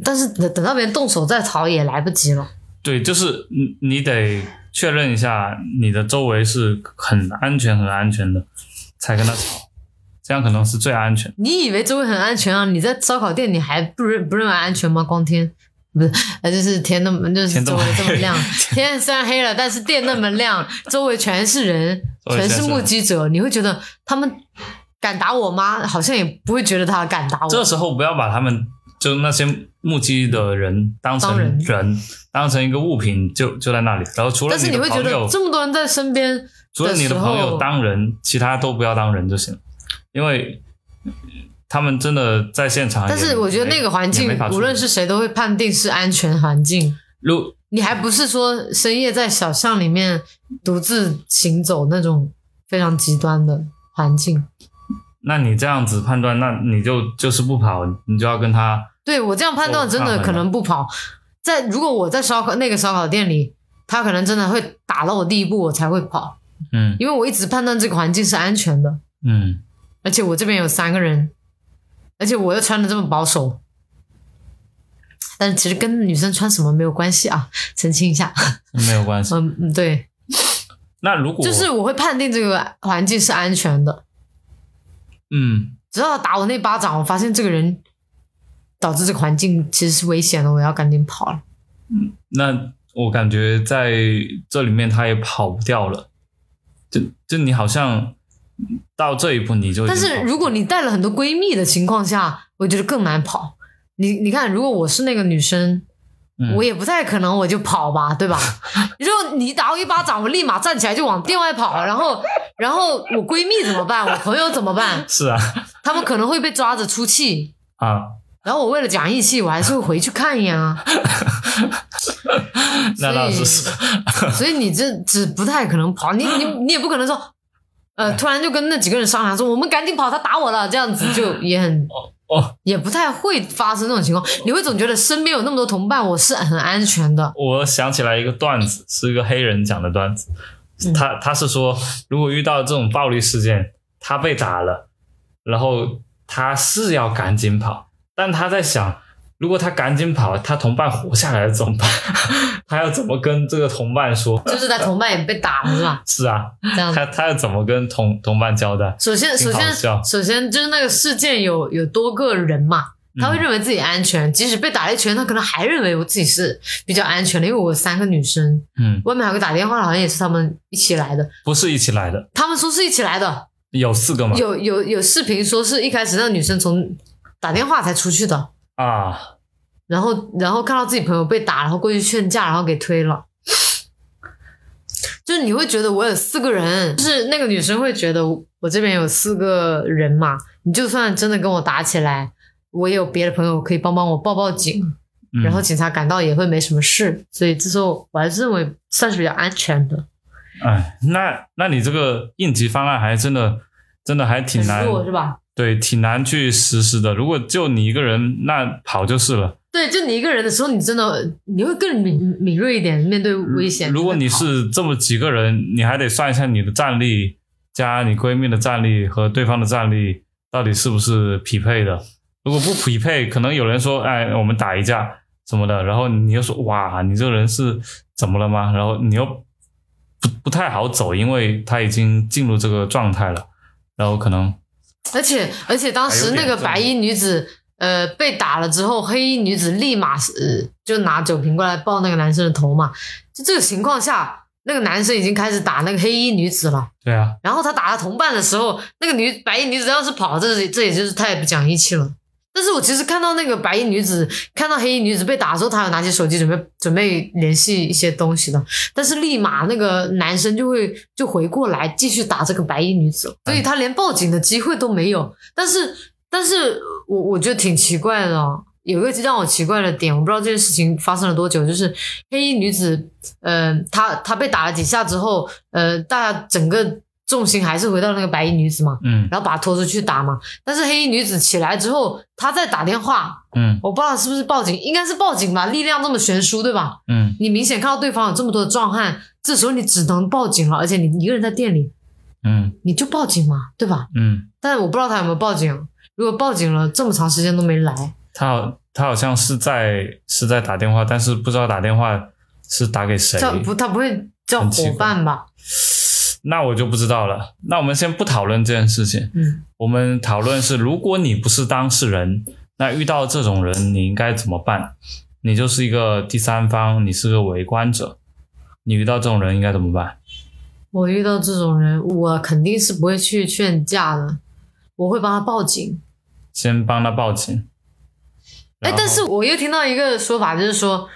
Speaker 1: 但是等等到别人动手再逃也来不及了。
Speaker 2: 对，啊就是你你得确认一下你的周围是很安全、很安全的，才跟他吵，这样可能是最安全。
Speaker 1: 你以为周围很安全啊？你在烧烤店你还不认不认为安全吗？光天不是，呃，就是天那么就是
Speaker 2: 天这
Speaker 1: 周
Speaker 2: 么
Speaker 1: 围这么
Speaker 2: 黑
Speaker 1: 亮，天虽然黑了，但是店那么亮，周围全是人，
Speaker 2: 周围
Speaker 1: 全
Speaker 2: 全
Speaker 1: 是
Speaker 2: 是
Speaker 1: 目
Speaker 2: 人
Speaker 1: 击者，你会觉得他们敢打我吗？好像也不会觉得他敢打
Speaker 2: 这
Speaker 1: 我。
Speaker 2: 时候不要把他们就那些目击的人当成
Speaker 1: 当人
Speaker 2: 人，当成一个物品，就就在那里。然后除了
Speaker 1: 但是你
Speaker 2: 你的
Speaker 1: 会觉
Speaker 2: 朋友
Speaker 1: 得，这么多人在身边，
Speaker 2: 除了你的朋
Speaker 1: 的时候
Speaker 2: 友当人，其他都不要当人就行，因为他们真的在现场也。
Speaker 1: 但是我觉得那个环
Speaker 2: 也
Speaker 1: 境
Speaker 2: 没法，处理
Speaker 1: 无论是谁都会判定是安全环境。
Speaker 2: 如
Speaker 1: 你还不是说深夜在小巷里面独自行走那种非常极端的环境？
Speaker 2: 那你这样子判断，那你就就是不跑，你就要跟他
Speaker 1: 对我这样判断，真的可能不跑。在如果我在烧烤那个烧烤店里，他可能真的会打到我第一步，我才会跑，
Speaker 2: 嗯
Speaker 1: 因为我一直判断这个环境是安全的，
Speaker 2: 嗯
Speaker 1: 而且我这边有三个人，而且我又穿的这么保守。但其实跟女生穿什么没有关系啊，澄清一下。
Speaker 2: 没有关系。
Speaker 1: 嗯嗯，对，
Speaker 2: 那如果
Speaker 1: 就是我会判定这个环境是安全的，
Speaker 2: 嗯，
Speaker 1: 直到打我那巴掌，我发现这个人导致这个环境其实是危险的，我要赶紧跑了。
Speaker 2: 那我感觉在这里面他也跑不掉了，就就你好像到这一步你就已经
Speaker 1: 但是
Speaker 2: 跑
Speaker 1: 如果你带了很多闺蜜的情况下，我觉得更难跑。你你看，如果我是那个女生，
Speaker 2: 嗯
Speaker 1: 我也不太可能我就跑吧， 对吧？如果你打我一巴掌，我立马站起来就往店外跑，然后然后我闺蜜怎么办？我朋友怎么办？
Speaker 2: 是啊
Speaker 1: 他们可能会被抓着出气，
Speaker 2: 啊，
Speaker 1: 然后我为了讲义气，我还是会回去看一眼啊。
Speaker 2: 那倒是
Speaker 1: 所所以你这只不太可能跑，你你你也不可能说，
Speaker 2: 哎
Speaker 1: 呃，突然就跟那几个人商量说，我们赶紧跑，他打我了，这样子就也很
Speaker 2: 哦，
Speaker 1: 也不太会发生这种情况。你会总觉得身边有那么多同伴，我是很安全的。
Speaker 2: 我想起来一个段子，是一个黑人讲的段子。
Speaker 1: 嗯
Speaker 2: 他他是说，如果遇到这种暴力事件，他被打了，然后他是要赶紧跑，但他在想，如果他赶紧跑，他同伴活下来了怎么办？ 他要怎么跟这个同伴说？
Speaker 1: 就是在同伴也被打了是吧？
Speaker 2: 是啊，
Speaker 1: 这样子。
Speaker 2: 他他要怎么跟同同伴交代？
Speaker 1: 首先，首
Speaker 2: 挺好
Speaker 1: 先，
Speaker 2: 笑
Speaker 1: 首先就是那个事件有有多个人嘛，他会
Speaker 2: 嗯
Speaker 1: 认为自己安全，即使被打了一拳，他可能还认为我自己是比较安全的，因为我有三个女生，
Speaker 2: 嗯，
Speaker 1: 外面还有个打电话的，好像也是他们一起来的，
Speaker 2: 不是一起来的，
Speaker 1: 他们说是一起来的，
Speaker 2: 有四个嘛？
Speaker 1: 有有有视频说是一开始那个女生从打电话才出去的，
Speaker 2: 啊，
Speaker 1: 然后然后看到自己朋友被打，然后过去劝架，然后给推了。就是你会觉得我有四个人，就是那个女生会觉得我这边有四个人嘛，你就算真的跟我打起来，我也有别的朋友可以帮帮我报报警，
Speaker 2: 嗯
Speaker 1: 然后警察赶到也会没什么事，所以这时候我还是认为算是比较安全的，
Speaker 2: 哎，那那你这个应急方案还真的真的还挺难
Speaker 1: 很弱是吧？
Speaker 2: 对，挺难去实施的。如果就你一个人，那跑就是了。
Speaker 1: 对，就你一个人的时候，你真的你会更敏敏锐一点，面对危险。
Speaker 2: 如果你
Speaker 1: 就会
Speaker 2: 是这么几个人，你还得算一下你的战力，加你闺蜜的战力和对方的战力到底是不是匹配的。如果不匹配，可能有人说：“哎，我们打一架。”什么的，然后你又说哇，你这个人是怎么了吗？然后你又不不太好走，因为他已经进入这个状态了，然后可能
Speaker 1: 而且而且当时那个白衣女子，呃，被打了之后，黑衣女子立马是、呃就拿酒瓶过来抱那个男生的头嘛。就这个情况下，那个男生已经开始打那个黑衣女子了。
Speaker 2: 对啊，
Speaker 1: 然后他打他同伴的时候，那个女白衣女子要是跑，这这也就是太不讲义气了。但是我其实看到那个白衣女子，看到黑衣女子被打的时候，她有拿起手机准备准备联系一些东西的，但是立马那个男生就会就回过来继续打这个白衣女子了，所以他连报警的机会都没有。但是，但是我我觉得挺奇怪的、哦，有一个让我奇怪的点，我不知道这件事情发生了多久，就是黑衣女子，呃，她她被打了几下之后，呃，大家整个重心还是回到那个白衣女子嘛，
Speaker 2: 嗯
Speaker 1: 然后把她拖出去打嘛。但是黑衣女子起来之后，她再打电话，
Speaker 2: 嗯
Speaker 1: 我不知道是不是报警，应该是报警吧，力量这么悬殊，对吧？
Speaker 2: 嗯，
Speaker 1: 你明显看到对方有这么多的壮汉，这时候你只能报警了，而且你一个人在店里，
Speaker 2: 嗯
Speaker 1: 你就报警嘛，对吧？
Speaker 2: 嗯，
Speaker 1: 但我不知道他有没有报警，啊如果报警了，这么长时间都没来，
Speaker 2: 他好他好像是在是在打电话，但是不知道打电话是打给谁，
Speaker 1: 叫不他不会叫
Speaker 2: 很奇
Speaker 1: 伙
Speaker 2: 怪
Speaker 1: 伴吧？
Speaker 2: 那我就不知道了。那我们先不讨论这件事情，
Speaker 1: 嗯
Speaker 2: 我们讨论是，如果你不是当事人，那遇到这种人，你应该怎么办？你就是一个第三方，你是个围观者，你遇到这种人应该怎么办？
Speaker 1: 我遇到这种人，我肯定是不会去劝架的，我会帮他报警。
Speaker 2: 先帮他报警。
Speaker 1: 哎
Speaker 2: 然，后
Speaker 1: 但是我又听到一个说法，就是说，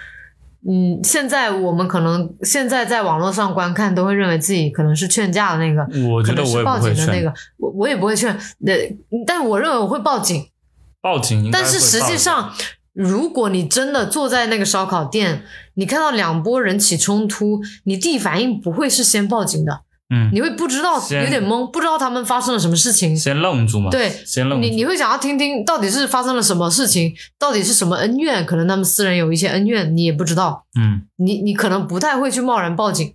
Speaker 1: 嗯，现在我们可能现在在网络上观看，都会认为自己可能是劝架的那个，
Speaker 2: 我
Speaker 1: 可能
Speaker 2: 觉得我
Speaker 1: 是
Speaker 2: 也
Speaker 1: 报
Speaker 2: 不
Speaker 1: 警
Speaker 2: 会
Speaker 1: 的
Speaker 2: 劝，
Speaker 1: 那个，我我也不会劝。那但我认为我会报警，
Speaker 2: 报警应该
Speaker 1: 但
Speaker 2: 会报
Speaker 1: 是
Speaker 2: 警。
Speaker 1: 实际上，如果你真的坐在那个烧烤店，你看到两拨人起冲突，你第一反应不会是先报警的，
Speaker 2: 嗯，
Speaker 1: 你会不知道，
Speaker 2: 先
Speaker 1: 有点懵，不知道他们发生了什么事情。
Speaker 2: 先愣住嘛，
Speaker 1: 对
Speaker 2: 先愣
Speaker 1: 你
Speaker 2: 住。
Speaker 1: 你会想要听听到底是发生了什么事情，到底是什么恩怨？可能他们私人有一些恩怨，你也不知道，
Speaker 2: 嗯，
Speaker 1: 你你可能不太会去贸然报警。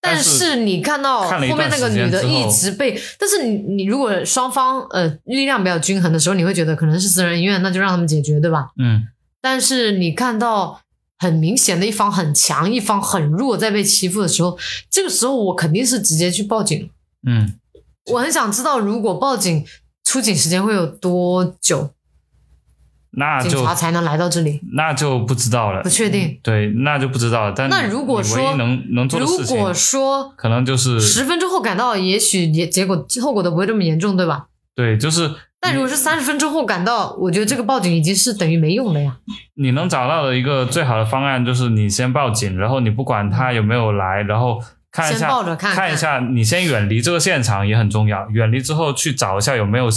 Speaker 1: 但
Speaker 2: 但是
Speaker 1: 是你看到后
Speaker 2: 看了一
Speaker 1: 面
Speaker 2: 段
Speaker 1: 那个
Speaker 2: 时间
Speaker 1: 女的
Speaker 2: 之后
Speaker 1: 一直被，但是你你如果双方呃力量比较均衡的时候，你会觉得可能是私人恩怨，那就让他们解决，对吧？
Speaker 2: 嗯
Speaker 1: 但是你看到很明显的一方很强，一方很弱，在被欺负的时候，这个时候我肯定是直接去报警。
Speaker 2: 嗯，
Speaker 1: 我很想知道，如果报警，出警时间会有多久？
Speaker 2: 那
Speaker 1: 警
Speaker 2: 就嗯
Speaker 1: 察才能来到这里？
Speaker 2: 那就不知道了
Speaker 1: 不。确定。
Speaker 2: 对，那就不知道了。但
Speaker 1: 那如果
Speaker 2: 你
Speaker 1: 说
Speaker 2: 唯一能能做的
Speaker 1: 如
Speaker 2: 事情，
Speaker 1: 果说
Speaker 2: 可能就是
Speaker 1: 十分钟后赶到，也许也结果后果都不会这么严重，对吧？
Speaker 2: 对，就是
Speaker 1: 但如
Speaker 2: 嗯
Speaker 1: 果是三十分钟后赶到，我觉得这个报警已经是等于没用了呀。
Speaker 2: 你能找到的一个最好的方案就是你先报警，然后你不管他有没有来，然后看一
Speaker 1: 先
Speaker 2: 下
Speaker 1: 抱着看
Speaker 2: 一下，你先远离这个现场也很重要。远离之后去找一下有没有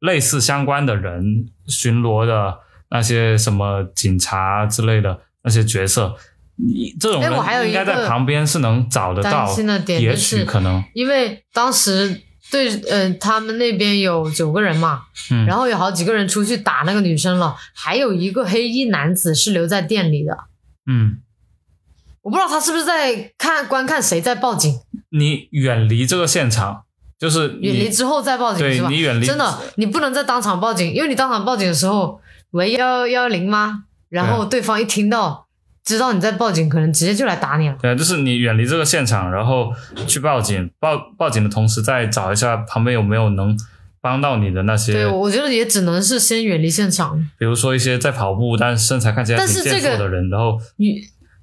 Speaker 2: 类似相关的人巡逻的那些什么警察之类的那些角色，你这种
Speaker 1: 哎我还有
Speaker 2: 人
Speaker 1: 一
Speaker 2: 应该
Speaker 1: 个
Speaker 2: 在旁边是能找得
Speaker 1: 担
Speaker 2: 到，
Speaker 1: 心的点
Speaker 2: 也
Speaker 1: 就是
Speaker 2: 许可能，
Speaker 1: 因为当时对，呃，他们那边有九个人嘛，
Speaker 2: 嗯，
Speaker 1: 然后有好几个人出去打那个女生了，还有一个黑衣男子是留在店里的，
Speaker 2: 嗯。
Speaker 1: 我不知道他是不是在看观看谁在报警，
Speaker 2: 你远离这个现场，就是你
Speaker 1: 远离之后再报警
Speaker 2: 对
Speaker 1: 是吧？
Speaker 2: 你远离
Speaker 1: 真的，你不能在当场报警，因为你当场报警的时候，喂幺幺零吗？然后对方一听到，知道你在报警，可能直接就来打你了。
Speaker 2: 对，就是你远离这个现场，然后去报警，报报警的同时再找一下旁边有没有能帮到你的那
Speaker 1: 对，
Speaker 2: 些，
Speaker 1: 我觉得也只能是先远离现场。
Speaker 2: 比如说一些在跑步但是身材看起来
Speaker 1: 但
Speaker 2: 挺
Speaker 1: 是
Speaker 2: 健
Speaker 1: 这个
Speaker 2: 硕的人，然后
Speaker 1: 你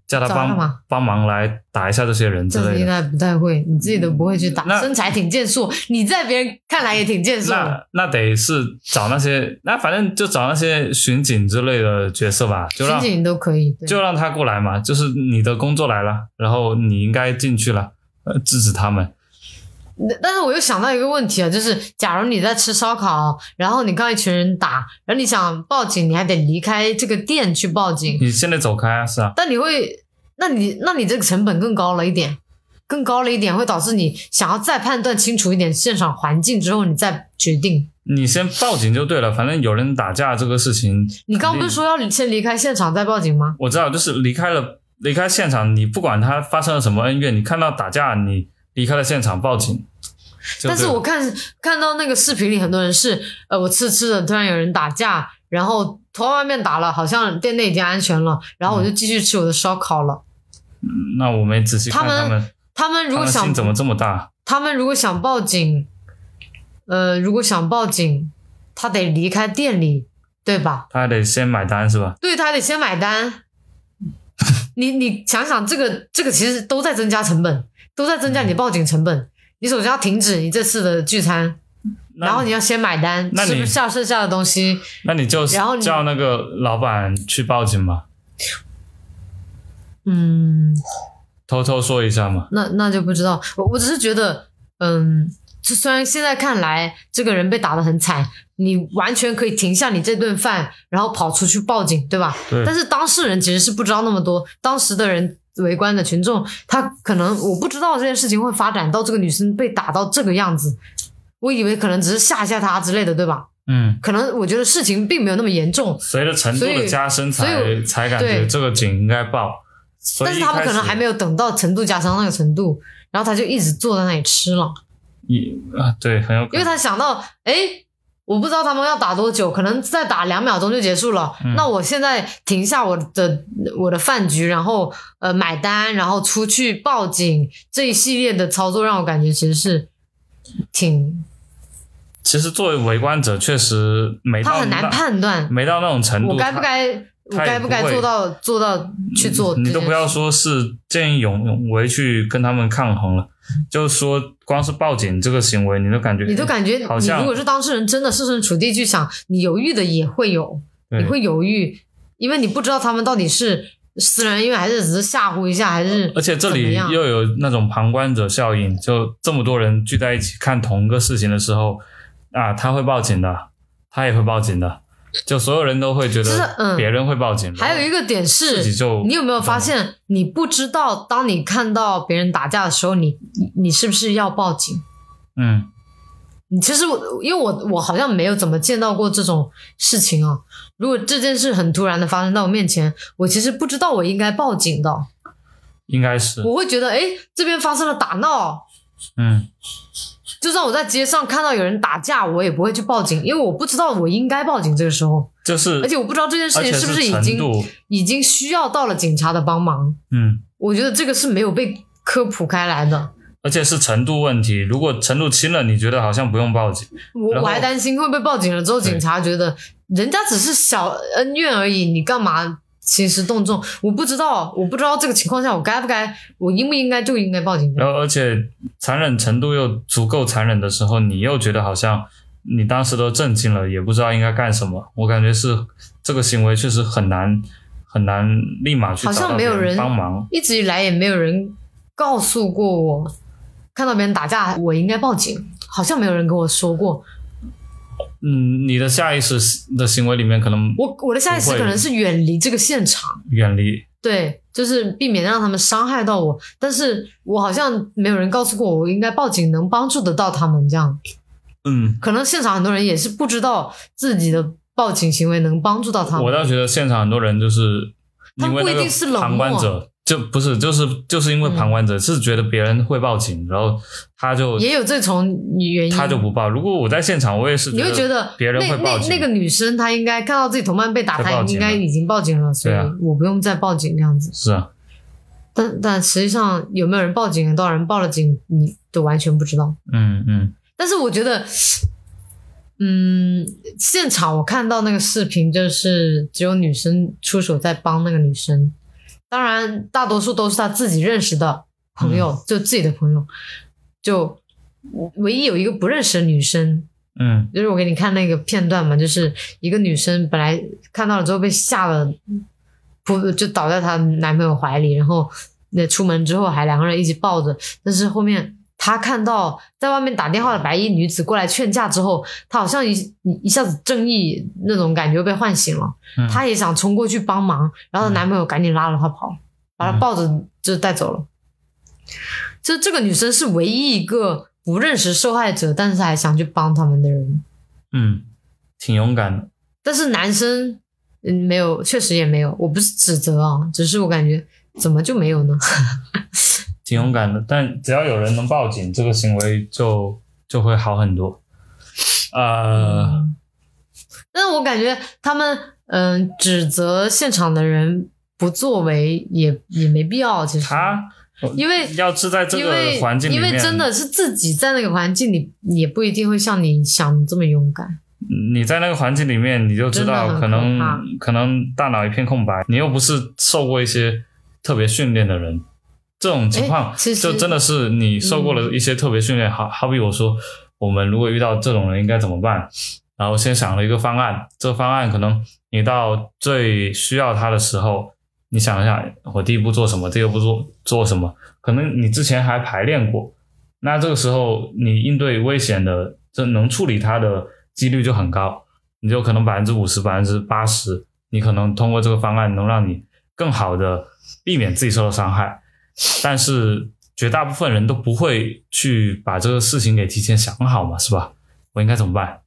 Speaker 2: 叫他
Speaker 1: 找他嘛
Speaker 2: 帮帮忙来打一下这些人之
Speaker 1: 这个
Speaker 2: 类
Speaker 1: 应
Speaker 2: 的。
Speaker 1: 该不太会，你自己都不会去打，
Speaker 2: 那
Speaker 1: 身材挺健硕，你在别人看来也挺健硕的。
Speaker 2: 那那得是找那些，那反正就找那些巡警之类的角色吧，就
Speaker 1: 巡
Speaker 2: 让
Speaker 1: 警都可以，对
Speaker 2: 就让他过来嘛，就是你的工作来了，然后你应该进去了，呃，制止他们。
Speaker 1: 那但是我又想到一个问题啊，就是假如你在吃烧烤，然后你看到一群人打，然后你想报警，你还得离开这个店去报警，
Speaker 2: 你现在走开啊，是啊，
Speaker 1: 但你会，那你那你这个成本更高了一点，更高了一点，会导致你想要再判断清楚一点现场环境之后，你再决定。
Speaker 2: 你先报警就对了，反正有人打架这个事情，
Speaker 1: 你刚不是说要先离开现场再报警吗？
Speaker 2: 我知道，就是离开了离开现场，你不管他发生了什么恩怨，你看到打架，你离开了现场报警。就
Speaker 1: 但是
Speaker 2: 对了
Speaker 1: 我看看到那个视频里，很多人是，呃，我吃吃的，突然有人打架，然后头外面打了，好像店内已经安全了，然后我就继续吃我的烧烤了。
Speaker 2: 那我没仔细看
Speaker 1: 他
Speaker 2: 他
Speaker 1: 们
Speaker 2: 们，
Speaker 1: 他们如
Speaker 2: 他
Speaker 1: 果
Speaker 2: 们
Speaker 1: 想
Speaker 2: 心怎么这么大？
Speaker 1: 他们如果想报警，呃，如果想报警，他得离开店里，对吧？
Speaker 2: 他还得先买单是吧？
Speaker 1: 对，他还得先买单。你你想想，这个这个其实都在增加成本，都在增加你
Speaker 2: 嗯
Speaker 1: 的报警成本。你首先要停止你这次的聚餐，
Speaker 2: 那
Speaker 1: 然后你要先买单，
Speaker 2: 那
Speaker 1: 吃
Speaker 2: 你
Speaker 1: 不下剩下的东西。
Speaker 2: 那你就
Speaker 1: 然后你
Speaker 2: 叫那个老板去报警嘛，
Speaker 1: 嗯，
Speaker 2: 偷偷说一下嘛。
Speaker 1: 那那就不知道。我我只是觉得，嗯，就虽然现在看来这个人被打得很惨，你完全可以停下你这顿饭，然后跑出去报警，对吧？
Speaker 2: 对
Speaker 1: 但是当事人其实是不知道那么多，当时的人围观的群众，他可能我不知道这件事情会发展到这个女生被打到这个样子，我以为可能只是吓一吓她之类的，对吧？
Speaker 2: 嗯，
Speaker 1: 可能我觉得事情并没有那么严重，
Speaker 2: 随着程度
Speaker 1: 所
Speaker 2: 的
Speaker 1: 以
Speaker 2: 加深才，
Speaker 1: 所以
Speaker 2: 才
Speaker 1: 我
Speaker 2: 感觉
Speaker 1: 对
Speaker 2: 这个警应该报。所以
Speaker 1: 但是他们可能还没
Speaker 2: 有
Speaker 1: 有等到程度加伤那个程度，然后他就一直坐在那里吃了。
Speaker 2: 一啊，对，很有可
Speaker 1: 因为
Speaker 2: 能。
Speaker 1: 他想到，哎，我不知道他们要打多久，可能再打两秒钟就结束了。嗯那我现在停下我的呃我的饭局，然后呃买单，然后出去报警，这一系列的操作让我感觉其实是挺，
Speaker 2: 其实作为围观者，确实没到
Speaker 1: 他很
Speaker 2: 那
Speaker 1: 难判断
Speaker 2: 没到那种程度，
Speaker 1: 我该不
Speaker 2: 他
Speaker 1: 该。我
Speaker 2: 他也
Speaker 1: 该不该
Speaker 2: 不会
Speaker 1: 做到做到去做这件
Speaker 2: 你
Speaker 1: 事？
Speaker 2: 都不要说是见义勇勇为去跟他们抗衡了，就说光是报警这个行为，你都感觉
Speaker 1: 你都感觉，
Speaker 2: 好
Speaker 1: 你
Speaker 2: 像
Speaker 1: 如果是当事人，真的设身处地去想，你犹豫的也会有，
Speaker 2: 对
Speaker 1: 你会犹豫，因为你不知道他们到底是私人恩怨，还是只是吓唬一下，还是
Speaker 2: 而且
Speaker 1: 怎
Speaker 2: 这
Speaker 1: 么
Speaker 2: 里
Speaker 1: 样
Speaker 2: 又有那种旁观者效应，就这么多人聚在一起看同一个事情的时候，啊，他会报警的，他也会报警的，就所有人都会觉
Speaker 1: 其实
Speaker 2: 得
Speaker 1: 嗯
Speaker 2: 别人会报警。
Speaker 1: 还有一个点
Speaker 2: 自己
Speaker 1: 是
Speaker 2: 就，
Speaker 1: 你有没有发现，你不知道当你看到别人打架的时候，你你你是不是要报警？
Speaker 2: 嗯，
Speaker 1: 你其实我，因为我我好像没有怎么见到过这种事情啊。如果这件事很突然的发生在我面前，我其实不知道我应该报警的，
Speaker 2: 应该是，
Speaker 1: 我会觉得，诶，这边发生了打闹，
Speaker 2: 嗯，
Speaker 1: 就算我在街上看到有人打架，我也不会去报警，因为我不知道我应该报警。这个时候，
Speaker 2: 就是，
Speaker 1: 而且我不知道这件事
Speaker 2: 而且
Speaker 1: 情
Speaker 2: 是
Speaker 1: 不是已
Speaker 2: 程
Speaker 1: 经
Speaker 2: 度，
Speaker 1: 已经需要到了警察的帮忙。
Speaker 2: 嗯，
Speaker 1: 我觉得这个是没有被科普开来的，
Speaker 2: 而且是程度问题。如果程度轻了，你觉得好像不用报警，然
Speaker 1: 我
Speaker 2: 后
Speaker 1: 我还担心会被报警了之后，
Speaker 2: 对
Speaker 1: 警察觉得人家只是小恩怨而已，你干嘛兴师动众？我不知道，我不知道这个情况下我该不该，我应不应该就应该报警。
Speaker 2: 然后而且残忍程度又足够残忍的时候，你又觉得好像你当时都震惊了，也不知道应该干什么。我感觉是这个行为确实很难很难立马去
Speaker 1: 好像
Speaker 2: 找到
Speaker 1: 没有
Speaker 2: 别人
Speaker 1: 人
Speaker 2: 帮忙。
Speaker 1: 一直以来也没有人告诉过我，看到别人打架我应该报警，好像没有人跟我说过。
Speaker 2: 嗯，你的下意识的行为里面可能
Speaker 1: 我我的下意识
Speaker 2: 不会
Speaker 1: 可能是远离这个现场，
Speaker 2: 远离，
Speaker 1: 对，就是避免让他们伤害到我。但是我好像没有人告诉过我，我应该报警能帮助得到他们这样。
Speaker 2: 嗯。
Speaker 1: 可能现场很多人也是不知道自己的报警行为能帮助到他
Speaker 2: 我
Speaker 1: 们。
Speaker 2: 倒觉得现场很多人就是
Speaker 1: 他
Speaker 2: 因
Speaker 1: 们
Speaker 2: 为
Speaker 1: 不
Speaker 2: 那
Speaker 1: 一定是
Speaker 2: 个
Speaker 1: 冷漠
Speaker 2: 旁观者，就不是就是就是因为
Speaker 1: 嗯
Speaker 2: 旁观者、是觉得别人会报警，然后他就
Speaker 1: 也有这种原因，
Speaker 2: 他就不报。如果我在现场，我也是
Speaker 1: 你会觉得
Speaker 2: 别人
Speaker 1: 那
Speaker 2: 会报
Speaker 1: 那
Speaker 2: 警。
Speaker 1: 那个女生她应该看到自己同伴被打，
Speaker 2: 会
Speaker 1: 她
Speaker 2: 报警
Speaker 1: 应该
Speaker 2: 的
Speaker 1: 已经报警了，所以
Speaker 2: 对啊
Speaker 1: 我不用再报警这样子。
Speaker 2: 是啊，
Speaker 1: 但但实际上有没有人报警，多少人报了警，你都完全不知道。
Speaker 2: 嗯嗯，
Speaker 1: 但是我觉得，嗯，现场我看到那个视频，就是只有女生出手在帮那个女生，当然大多数都是她自己认识的朋友，就自己的朋友，就唯一有一个不认识的女生，
Speaker 2: 嗯
Speaker 1: 就是我给你看那个片段嘛，就是一个女生本来看到了之后被吓得扑就倒在她男朋友怀里，然后那出门之后还两个人一起抱着，但是后面她看到在外面打电话的白衣女子过来劝架之后，她好像一一下子正义那种感觉被唤醒了，
Speaker 2: 嗯，
Speaker 1: 她也想冲过去帮忙，然后她男朋友赶紧拉着她跑，把她抱着就带走了。就这个女生是唯一一个不认识受害者，但是还想去帮他们的人。
Speaker 2: 嗯挺勇敢的。
Speaker 1: 但是男生嗯没有，确实也没有。我不是指责啊，只是我感觉怎么就没有呢？
Speaker 2: 挺勇敢的，但只要有人能报警，这个行为就 就 会好很多。呃，
Speaker 1: 但是我感觉他们嗯、指责现场的人不作为也也没必要，其实
Speaker 2: 他
Speaker 1: 因为
Speaker 2: 要是在这
Speaker 1: 因为
Speaker 2: 个环境里
Speaker 1: 因
Speaker 2: 面，
Speaker 1: 为真的是自己在那个环境里，也不一定会像你想的这么勇敢。
Speaker 2: 你在那个环境里面，你就知道
Speaker 1: 真的很
Speaker 2: 可能
Speaker 1: 可怕
Speaker 2: 可能大脑一片空白，你又不是受过一些特别训练的人，这种情况
Speaker 1: 哎其实
Speaker 2: 就真的是你受过了一些特别训练。好好比我说，我们如果遇到这种人应该怎么办？然后先想了一个方案，这个方案可能你到最需要它的时候，你想一想，我第一步做什么，第二步做做什么，可能你之前还排练过，那这个时候你应对危险的，这能处理它的几率就很高，你就可能百分之五十、百分之八十，你可能通过这个方案能让你更好的避免自己受到伤害。但是绝大部分人都不会去把这个事情给提前想好嘛，是吧？我应该怎么办？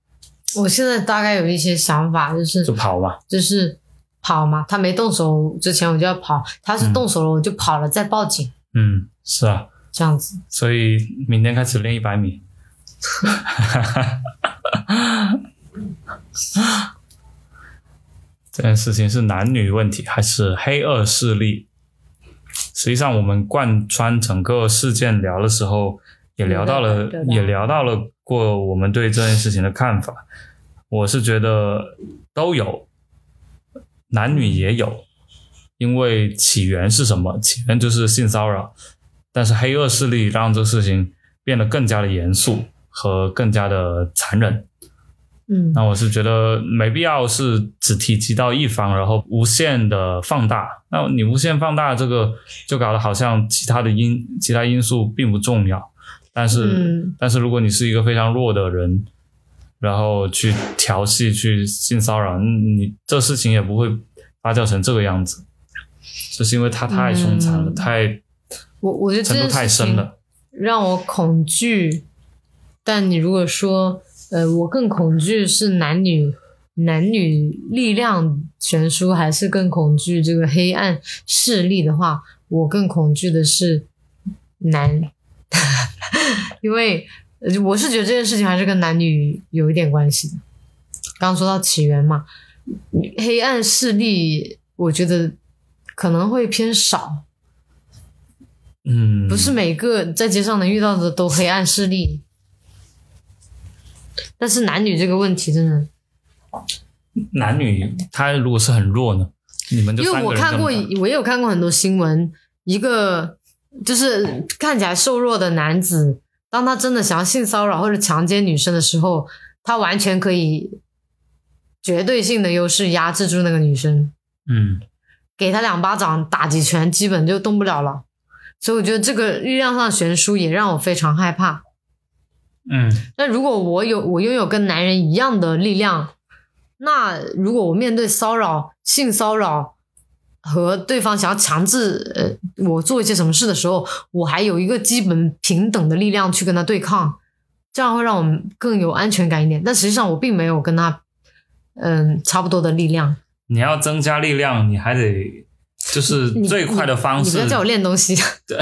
Speaker 1: 我现在大概有一些想法，就是
Speaker 2: 就跑嘛。
Speaker 1: 就是跑嘛，他没动手之前我就要跑，他是
Speaker 2: 嗯
Speaker 1: 动手了我就跑了，再报警
Speaker 2: 嗯，是啊，
Speaker 1: 这样子。
Speaker 2: 所以明天开始练一百米。 这件事情是男女问题还是黑恶势力？实际上，我们贯穿整个事件聊的时候，也聊到了
Speaker 1: 聊到，
Speaker 2: 也聊到了过我们对这件事情的看法。我是觉得都有，男女也有，因为起源是什么？起源就是性骚扰，但是黑恶势力让这个事情变得更加的严肃和更加的残忍。
Speaker 1: 嗯
Speaker 2: 那我是觉得没必要是只提及到一方，然后无限的放大。那你无限放大这个，就搞得好像其他的因其他因素并不重要。但是，
Speaker 1: 嗯
Speaker 2: 但是如果你是一个非常弱的人，然后去调戏、去性骚扰，嗯你这事情也不会发酵成这个样子。就是因为他太凶残了，
Speaker 1: 嗯
Speaker 2: 太
Speaker 1: 我我觉得这
Speaker 2: 程度
Speaker 1: 件
Speaker 2: 太
Speaker 1: 事
Speaker 2: 深
Speaker 1: 情
Speaker 2: 了。
Speaker 1: 让我恐惧，但你如果说呃，我更恐惧是男女男女力量悬殊，还是更恐惧这个黑暗势力的话，我更恐惧的是男， 因为呃我是觉得这件事情还是跟男女有一点关系的。刚刚说到起源嘛，黑暗势力，我觉得可能会偏少，
Speaker 2: 嗯，
Speaker 1: 不是每个在街上能遇到的都黑暗势力，但是男女这个问题真的，
Speaker 2: 男女，他如果是很弱呢，你们就
Speaker 1: 因为
Speaker 2: 三个
Speaker 1: 我
Speaker 2: 人
Speaker 1: 看
Speaker 2: 这么
Speaker 1: 过，
Speaker 2: 打
Speaker 1: 我也有看过很多新闻，一个就是看起来瘦弱的男子，当他真的想要性骚扰或者强奸女生的时候，他完全可以绝对性的优势压制住那个女生，
Speaker 2: 嗯。
Speaker 1: 给他两巴掌打几拳，基本就动不了了。所以我觉得这个力量上的悬殊也让我非常害怕。
Speaker 2: 嗯
Speaker 1: 那如果我有我拥有跟男人一样的力量，那如果我面对骚扰、性骚扰和对方想要强制呃我做一些什么事的时候，我还有一个基本平等的力量去跟他对抗，这样会让我们更有安全感一点。但实际上我并没有跟他嗯、差不多的力量。，
Speaker 2: 你要增加力量，你还得就是
Speaker 1: 你
Speaker 2: 最快的方
Speaker 1: 你不
Speaker 2: 式
Speaker 1: 要，叫我练东西，这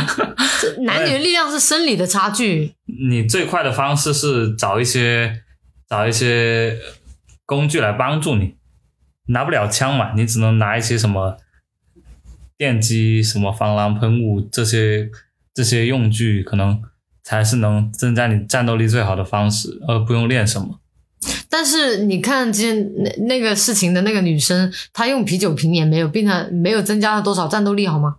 Speaker 1: 男女力量是生理的差距。
Speaker 2: 你最快的方式是找一些找一些工具来帮助你。拿不了枪嘛，你只能拿一些什么电击、什么防狼喷雾这些这些用具，可能才是能增加你战斗力最好的方式，而不用练什么。
Speaker 1: 但是你看今天那那个事情的那个女生，她用啤酒瓶也没有，并她没有增加了多少战斗力，好吗？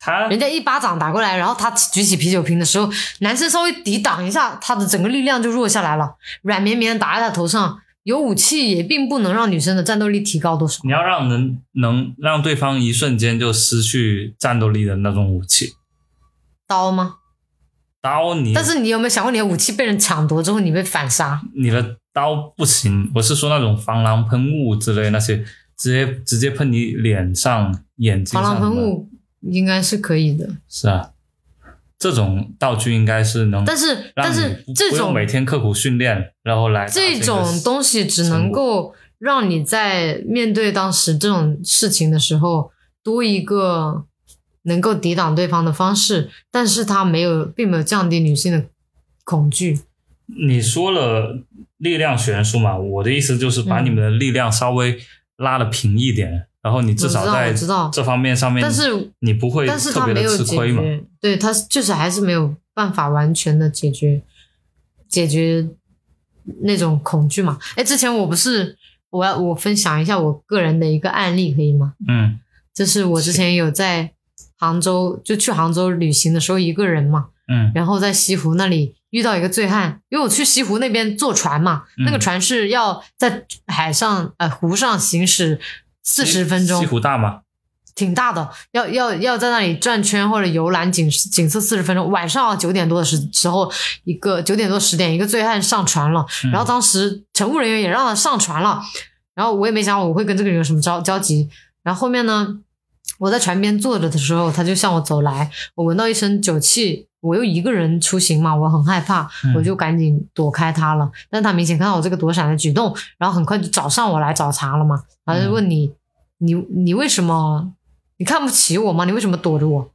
Speaker 2: 他
Speaker 1: 人家一巴掌打过来，然后她举起啤酒瓶的时候，男生稍微抵挡一下，她的整个力量就弱下来了，软绵绵的打在她头上。有武器也并不能让女生的战斗力提高多少。
Speaker 2: 你要让人能让对方一瞬间就失去战斗力的那种武器，
Speaker 1: 刀吗？
Speaker 2: 刀你
Speaker 1: 但是你有没有想过，你的武器被人抢夺之后，你被反杀？
Speaker 2: 你的刀不行，我是说那种防狼喷雾之类那些，直接直接喷你脸上、眼睛
Speaker 1: 防狼
Speaker 2: 上。
Speaker 1: 喷，雾应该是可以的，
Speaker 2: 是啊，这种道具应该是能，
Speaker 1: 但是
Speaker 2: 让
Speaker 1: 但
Speaker 2: 你
Speaker 1: 是
Speaker 2: 不
Speaker 1: 这
Speaker 2: 不用
Speaker 1: 种
Speaker 2: 每天刻苦训练，然后来达成一
Speaker 1: 这
Speaker 2: 个
Speaker 1: 种东西只能够让你在面对当时这种事情的时候多一个能够抵挡对方的方式，但是它没有，并没有降低女性的恐惧。
Speaker 2: 你说了力量悬殊嘛，我的意思就是把
Speaker 1: 嗯
Speaker 2: 你们的力量稍微拉的平一点，然后你至
Speaker 1: 我
Speaker 2: 少
Speaker 1: 知道
Speaker 2: 在
Speaker 1: 我知道
Speaker 2: 这方面上面，
Speaker 1: 但是
Speaker 2: 你不会
Speaker 1: 但是
Speaker 2: 特
Speaker 1: 他
Speaker 2: 别
Speaker 1: 没
Speaker 2: 的
Speaker 1: 有
Speaker 2: 吃
Speaker 1: 解
Speaker 2: 亏嘛？
Speaker 1: 决，对他就是还是没有办法完全的解决解决那种恐惧嘛。哎，之前我不是我要我分享一下我个人的一个案例可以吗？
Speaker 2: 嗯
Speaker 1: 就是我之前有在杭州就去杭州旅行的时候一个人嘛，
Speaker 2: 嗯
Speaker 1: 然后在西湖那里遇到一个醉汉，因为我去西湖那边坐船嘛，
Speaker 2: 嗯
Speaker 1: 那个船是要在海上呃湖上行驶四十分钟
Speaker 2: 西，湖大嘛，
Speaker 1: 挺大的，要要要在那里转圈或者游览景景色四十分钟。晚上九点多的时时候，一个九点多十点，一个醉汉上船了，
Speaker 2: 嗯
Speaker 1: 然后当时乘务人员也让他上船了，然后我也没想我会跟这个人有什么交交集。然后后面呢，我在船边坐着的时候，他就向我走来，我闻到一身酒气。我又一个人出行嘛，我很害怕，
Speaker 2: 嗯
Speaker 1: 我就赶紧躲开他了。但他明显看到我这个躲闪的举动，然后很快就找上我来找茬了嘛。然后就问你，你你为什么你看不起我吗？你为什么躲着我？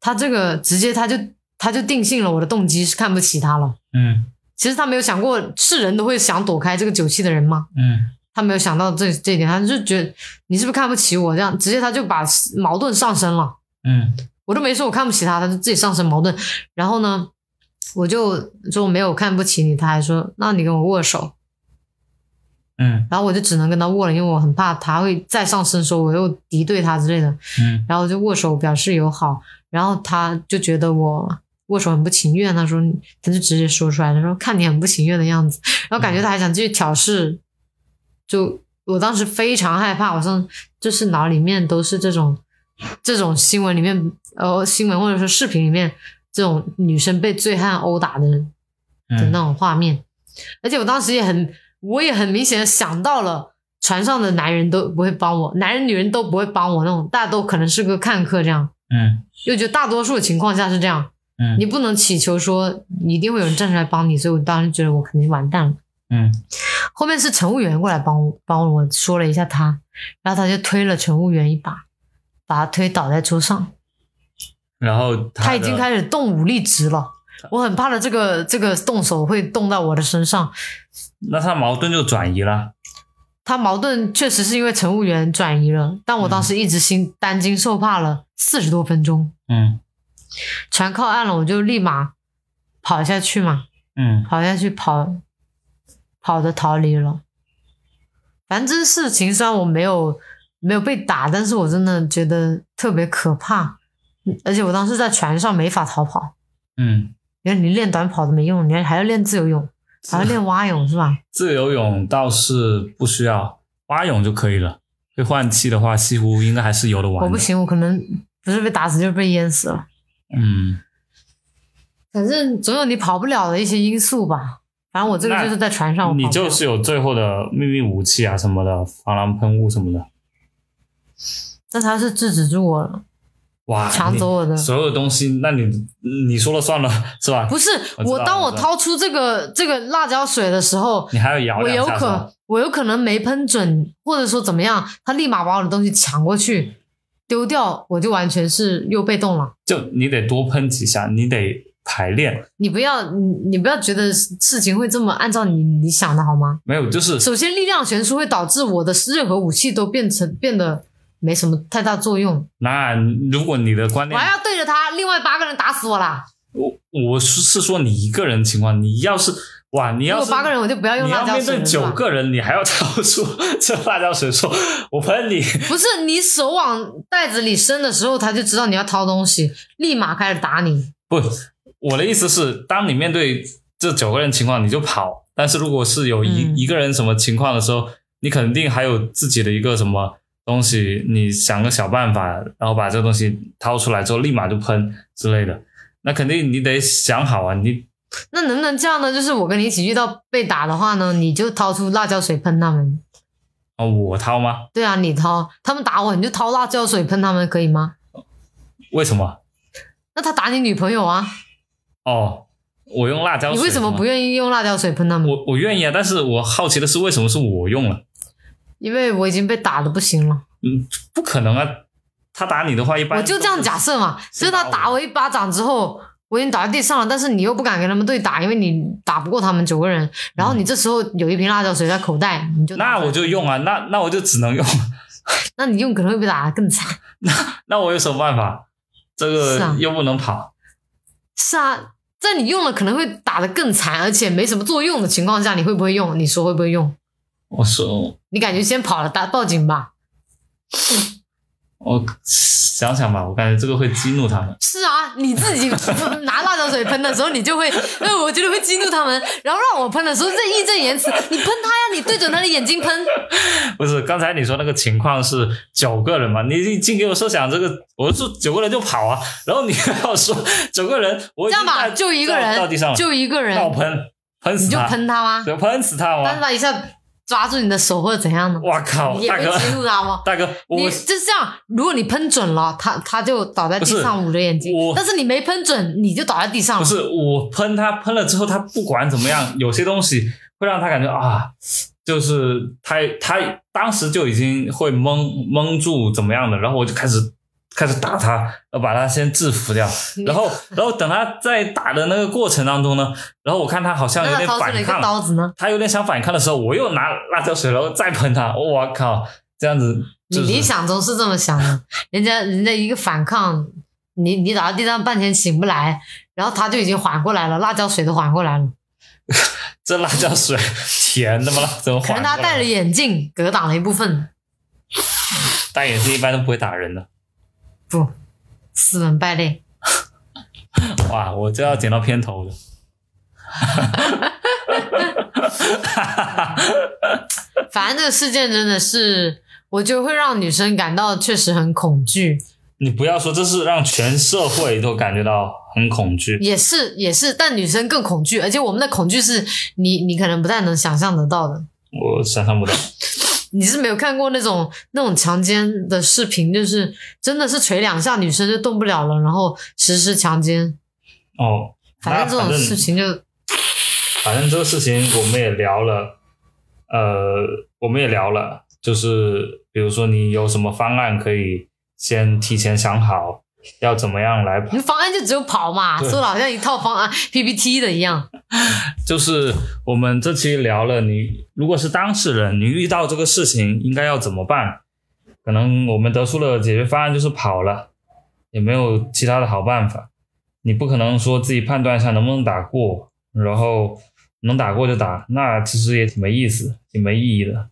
Speaker 1: 他这个直接他就他就定性了我的动机是看不起他了。
Speaker 2: 嗯
Speaker 1: 其实他没有想过，是人都会想躲开这个酒气的人吗？
Speaker 2: 嗯
Speaker 1: 他没有想到这这一点，他就觉得你是不是看不起我？这样直接他就把矛盾上升了。
Speaker 2: 嗯
Speaker 1: 我都没说我看不起他，他就自己上升矛盾。然后呢，我就说没有看不起你，他还说那你跟我握手。
Speaker 2: 嗯
Speaker 1: 然后我就只能跟他握了，因为我很怕他会再上升，说我又敌对他之类的。
Speaker 2: 嗯
Speaker 1: 然后就握手表示友好，然后他就觉得我握手很不情愿，他说你他就直接说出来，他说看你很不情愿的样子，然后感觉他还想继续挑事，就我当时非常害怕，我像就是脑里面都是这种这种新闻里面呃新闻或者说视频里面这种女生被醉汉殴打的的那
Speaker 2: 嗯
Speaker 1: 种画面，而且我当时也很，我也很明显的想到了船上的男人都不会帮我，男人女人都不会帮我那种，大都可能是个看客这样，
Speaker 2: 嗯
Speaker 1: 又觉得大多数情况下是这样，
Speaker 2: 嗯
Speaker 1: 你不能祈求说一定会有人站出来帮你，所以我当时觉得我肯定完蛋了。
Speaker 2: 嗯
Speaker 1: 后面是乘务员过来帮我帮我说了一下他，然后他就推了乘务员一把，把他推倒在桌上，
Speaker 2: 然后
Speaker 1: 他已
Speaker 2: 的
Speaker 1: 经开始动武力值了，我很怕了这个这个动手会动到我的身上。
Speaker 2: 那他矛盾就转移了，
Speaker 1: 他矛盾确实是因为乘务员转移了，但我当时一直心担惊受怕了四十多分钟，
Speaker 2: 嗯
Speaker 1: 船靠岸了，我就立马跑下去嘛，
Speaker 2: 嗯
Speaker 1: 跑下去跑，跑的逃离了。反正这事情虽然我没有没有被打，但是我真的觉得特别可怕，嗯而且我当时在船上没法逃跑，
Speaker 2: 嗯，
Speaker 1: 因为你练短跑都没用，你还要练自由泳，还要练蛙泳是吧？
Speaker 2: 自由泳倒是不需要，蛙泳就可以了。会换气的话，西湖应该还是游得完的。
Speaker 1: 我不行，我可能不是被打死就是被淹死了。
Speaker 2: 嗯，
Speaker 1: 反正总有你跑不了的一些因素吧。反正我这个
Speaker 2: 那
Speaker 1: 就是在船上，我
Speaker 2: 你
Speaker 1: 跑不了
Speaker 2: 就是有最后的秘密武器啊什么的，防狼喷雾什么的。
Speaker 1: 但他是制止住我了，
Speaker 2: 哇，
Speaker 1: 抢走我的
Speaker 2: 啊你所有东西，那你你说了算了是吧？
Speaker 1: 不是
Speaker 2: 我知道
Speaker 1: 我。当
Speaker 2: 我
Speaker 1: 我
Speaker 2: 知道
Speaker 1: 掏出这个这个辣椒水的时候，
Speaker 2: 你还要摇
Speaker 1: 我
Speaker 2: 两
Speaker 1: 有
Speaker 2: 下是吧
Speaker 1: 可我有可能没喷准，或者说怎么样，他立马把我的东西抢过去丢掉，我就完全是又被动了。
Speaker 2: 就你得多喷几下，你得排练。
Speaker 1: 你不要你你不要觉得事情会这么按照你你想的好吗？
Speaker 2: 没有，就是
Speaker 1: 首先，力量悬殊会导致我的任何武器都变成变得没什么太大作用，
Speaker 2: 那如果你的观
Speaker 1: 我
Speaker 2: 念，
Speaker 1: 还要对着他另外八个人打死我啦！
Speaker 2: 我我是是说你一个人情况，你要是哇，你
Speaker 1: 如
Speaker 2: 要
Speaker 1: 果
Speaker 2: 是
Speaker 1: 八个人，我就不要用
Speaker 2: 你
Speaker 1: 辣
Speaker 2: 要
Speaker 1: 椒
Speaker 2: 面
Speaker 1: 水
Speaker 2: 对
Speaker 1: 了。是
Speaker 2: 九
Speaker 1: 吧？
Speaker 2: 个人，你还要 掏出这辣椒水说，我喷你，
Speaker 1: 不是你手往袋子里伸的时候，他就知道你要掏东西，立马开始打你。
Speaker 2: 不，我的意思是，当你面对这九个人情况，你就跑；但是如果是有一、
Speaker 1: 嗯
Speaker 2: 一个人什么情况的时候，你肯定还有自己的一个什么东西，你想个小办法，然后把这个东西掏出来之后，立马就喷之类的。那肯定你得想好啊，你
Speaker 1: 那能不能这样呢？就是我跟你一起遇到被打的话呢，你就掏出辣椒水喷他们。
Speaker 2: 啊、我掏吗？
Speaker 1: 对啊，你掏，他们打我，你就掏辣椒水喷他们，可以吗？
Speaker 2: 为什么？
Speaker 1: 那他打你女朋友啊，
Speaker 2: 哦，我用辣椒水
Speaker 1: 你
Speaker 2: 吗。
Speaker 1: 为什么不愿意用辣椒水喷他们？
Speaker 2: 我我愿意啊，但是我好奇的是，为什么是我用了？
Speaker 1: 因为我已经被打的不行了。
Speaker 2: 不可能啊！他打你的话，一般
Speaker 1: 我就这样假设嘛，就是是他
Speaker 2: 打我
Speaker 1: 打我一巴掌之后，我已经倒在地上了，但是你又不敢跟他们对打，因为你打不过他们九个人。然后你这时候有一瓶辣椒水在口袋，你就
Speaker 2: 嗯那我就用啊，那那我就只能用，
Speaker 1: 那你用可能会被打得更惨。
Speaker 2: 那我有什么办法？这
Speaker 1: 是啊
Speaker 2: 个又不能跑，
Speaker 1: 是啊，在你用了可能会打得更惨，而且没什么作用的情况下，你会不会用？你说会不会用？
Speaker 2: 我说
Speaker 1: 你感觉先跑了，打报警吧。
Speaker 2: 我想想吧，我感觉这个会激怒他们。
Speaker 1: 是啊，你自己拿辣椒水喷的时候，啊你 就会，哎，我觉得会激怒他们。然后让我喷的时候，这义正言辞，你喷他呀，你对准他的眼睛喷。
Speaker 2: 不是，刚才你说那个情况是九个人嘛？你已经给我设想这个，我说九个人就跑啊，然后你 还要说九个人，我
Speaker 1: 这
Speaker 2: 已
Speaker 1: 样
Speaker 2: 经
Speaker 1: 吧，
Speaker 2: 在
Speaker 1: 就一个
Speaker 2: 到到
Speaker 1: 人
Speaker 2: 地上了，，
Speaker 1: 就一个人
Speaker 2: 那，我喷喷
Speaker 1: 你
Speaker 2: 死
Speaker 1: 就
Speaker 2: 他，
Speaker 1: 喷他吗？
Speaker 2: 对，喷死他
Speaker 1: 但是
Speaker 2: 吗？
Speaker 1: 他一下抓住你的手或者怎样呢？
Speaker 2: 我靠，
Speaker 1: 你也
Speaker 2: 哦大
Speaker 1: 会
Speaker 2: 哥，
Speaker 1: 激怒他吗？
Speaker 2: 大哥，
Speaker 1: 你就
Speaker 2: 我
Speaker 1: 是这样，如果你喷准了，他他就倒在地上捂着眼睛
Speaker 2: 不是我；
Speaker 1: 但是你没喷准，你就倒在地上
Speaker 2: 不
Speaker 1: 了。
Speaker 2: 是我喷他，喷了之后他不管怎么样，有些东西会让他感觉啊，就是他他当时就已经会蒙蒙住怎么样的，然后我就开始开始打他，要把他先制服掉，
Speaker 1: 你
Speaker 2: 然后然后等他在打的那个过程当中呢，然后我看他好像有
Speaker 1: 那他
Speaker 2: 点
Speaker 1: 掏出了
Speaker 2: 反
Speaker 1: 一个
Speaker 2: 抗，
Speaker 1: 刀子呢？
Speaker 2: 他有点想反抗的时候，我又拿辣椒水然后再喷他，我靠，这样子
Speaker 1: 你
Speaker 2: 就是
Speaker 1: 理想中是这么想的，人家人家一个反抗，你你倒在地上半天醒不来，然后他就已经缓过来了，辣椒水都缓过来了，
Speaker 2: 这辣椒水 甜的吗？怎么
Speaker 1: 可
Speaker 2: 缓
Speaker 1: 能他
Speaker 2: 过来
Speaker 1: 戴了眼镜隔挡了一部分，
Speaker 2: 戴眼镜一般都不会打人的，
Speaker 1: 不，斯文败类。
Speaker 2: 哇，我就要剪到片头了。
Speaker 1: 反正这个事件真的是，我觉得会让女生感到确实很恐惧，
Speaker 2: 你不要说，这是让全社会都感觉到很恐惧。
Speaker 1: 也是也是，但女生更恐惧，而且我们的恐惧是你你可能不太能想象得到的。
Speaker 2: 我想象不到，
Speaker 1: 你是没有看过那种那种强奸的视频，就是真的是捶两下女生就动不了了，然后实施强奸。
Speaker 2: 哦，
Speaker 1: 反正这
Speaker 2: 那
Speaker 1: 种事情就
Speaker 2: 反正这个事情我们也聊了，呃，我们也聊了，就是比如说你有什么方案可以先提前想好，要怎么样来
Speaker 1: 你方案就只有跑嘛，
Speaker 2: 对
Speaker 1: 说的好像一套方案 PPT 的一样。
Speaker 2: 就是我们这期聊了你，如果是当事人，你遇到这个事情应该要怎么办？可能我们得出了解决方案就是跑了，也没有其他的好办法。你不可能说自己判断一下能不能打过，然后能打过就打，那其实也挺没意思，挺没意义的。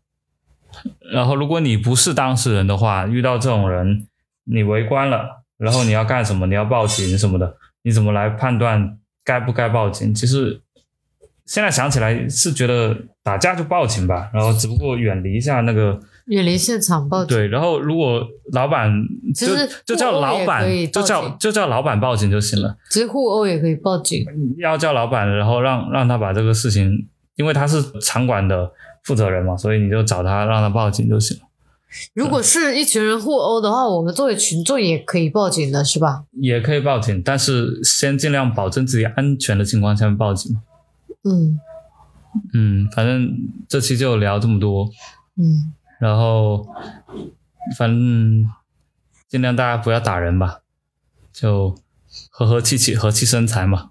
Speaker 2: 然后，如果你不是当事人的话，遇到这种人，你围观了，然后你要干什么？你要报警什么的，你怎么来判断该不该报警？其实现在想起来是觉得打架就报警吧，然后只不过远离一下那个
Speaker 1: 远离现场报警，
Speaker 2: 对，然后如果老板
Speaker 1: 其
Speaker 2: 就
Speaker 1: 实
Speaker 2: 就叫
Speaker 1: 互殴
Speaker 2: 老
Speaker 1: 也可以
Speaker 2: 板就
Speaker 1: 报
Speaker 2: 叫
Speaker 1: 警
Speaker 2: 就叫老板报警就行了，
Speaker 1: 其实互殴也可以报警。
Speaker 2: 要叫老板，然后让让他把这个事情，因为他是场馆的负责人嘛，所以你就找他让他报警就行了，
Speaker 1: 如果是一群人互殴的话，我们作为群众也可以报警的，是吧？
Speaker 2: 也可以报警，但是先尽量保证自己安全的情况下面报警嘛。
Speaker 1: 嗯
Speaker 2: 嗯，反正这期就聊这么多，
Speaker 1: 嗯，
Speaker 2: 然后反正尽量大家不要打人吧，就和和气气，和气生财嘛，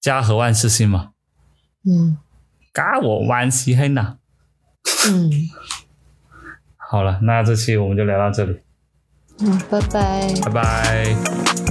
Speaker 2: 家和万事兴嘛。
Speaker 1: 嗯
Speaker 2: 嘎我万事兴呐。
Speaker 1: 嗯
Speaker 2: 好了，那这期我们就聊到这里，
Speaker 1: 嗯，拜拜。
Speaker 2: 拜拜。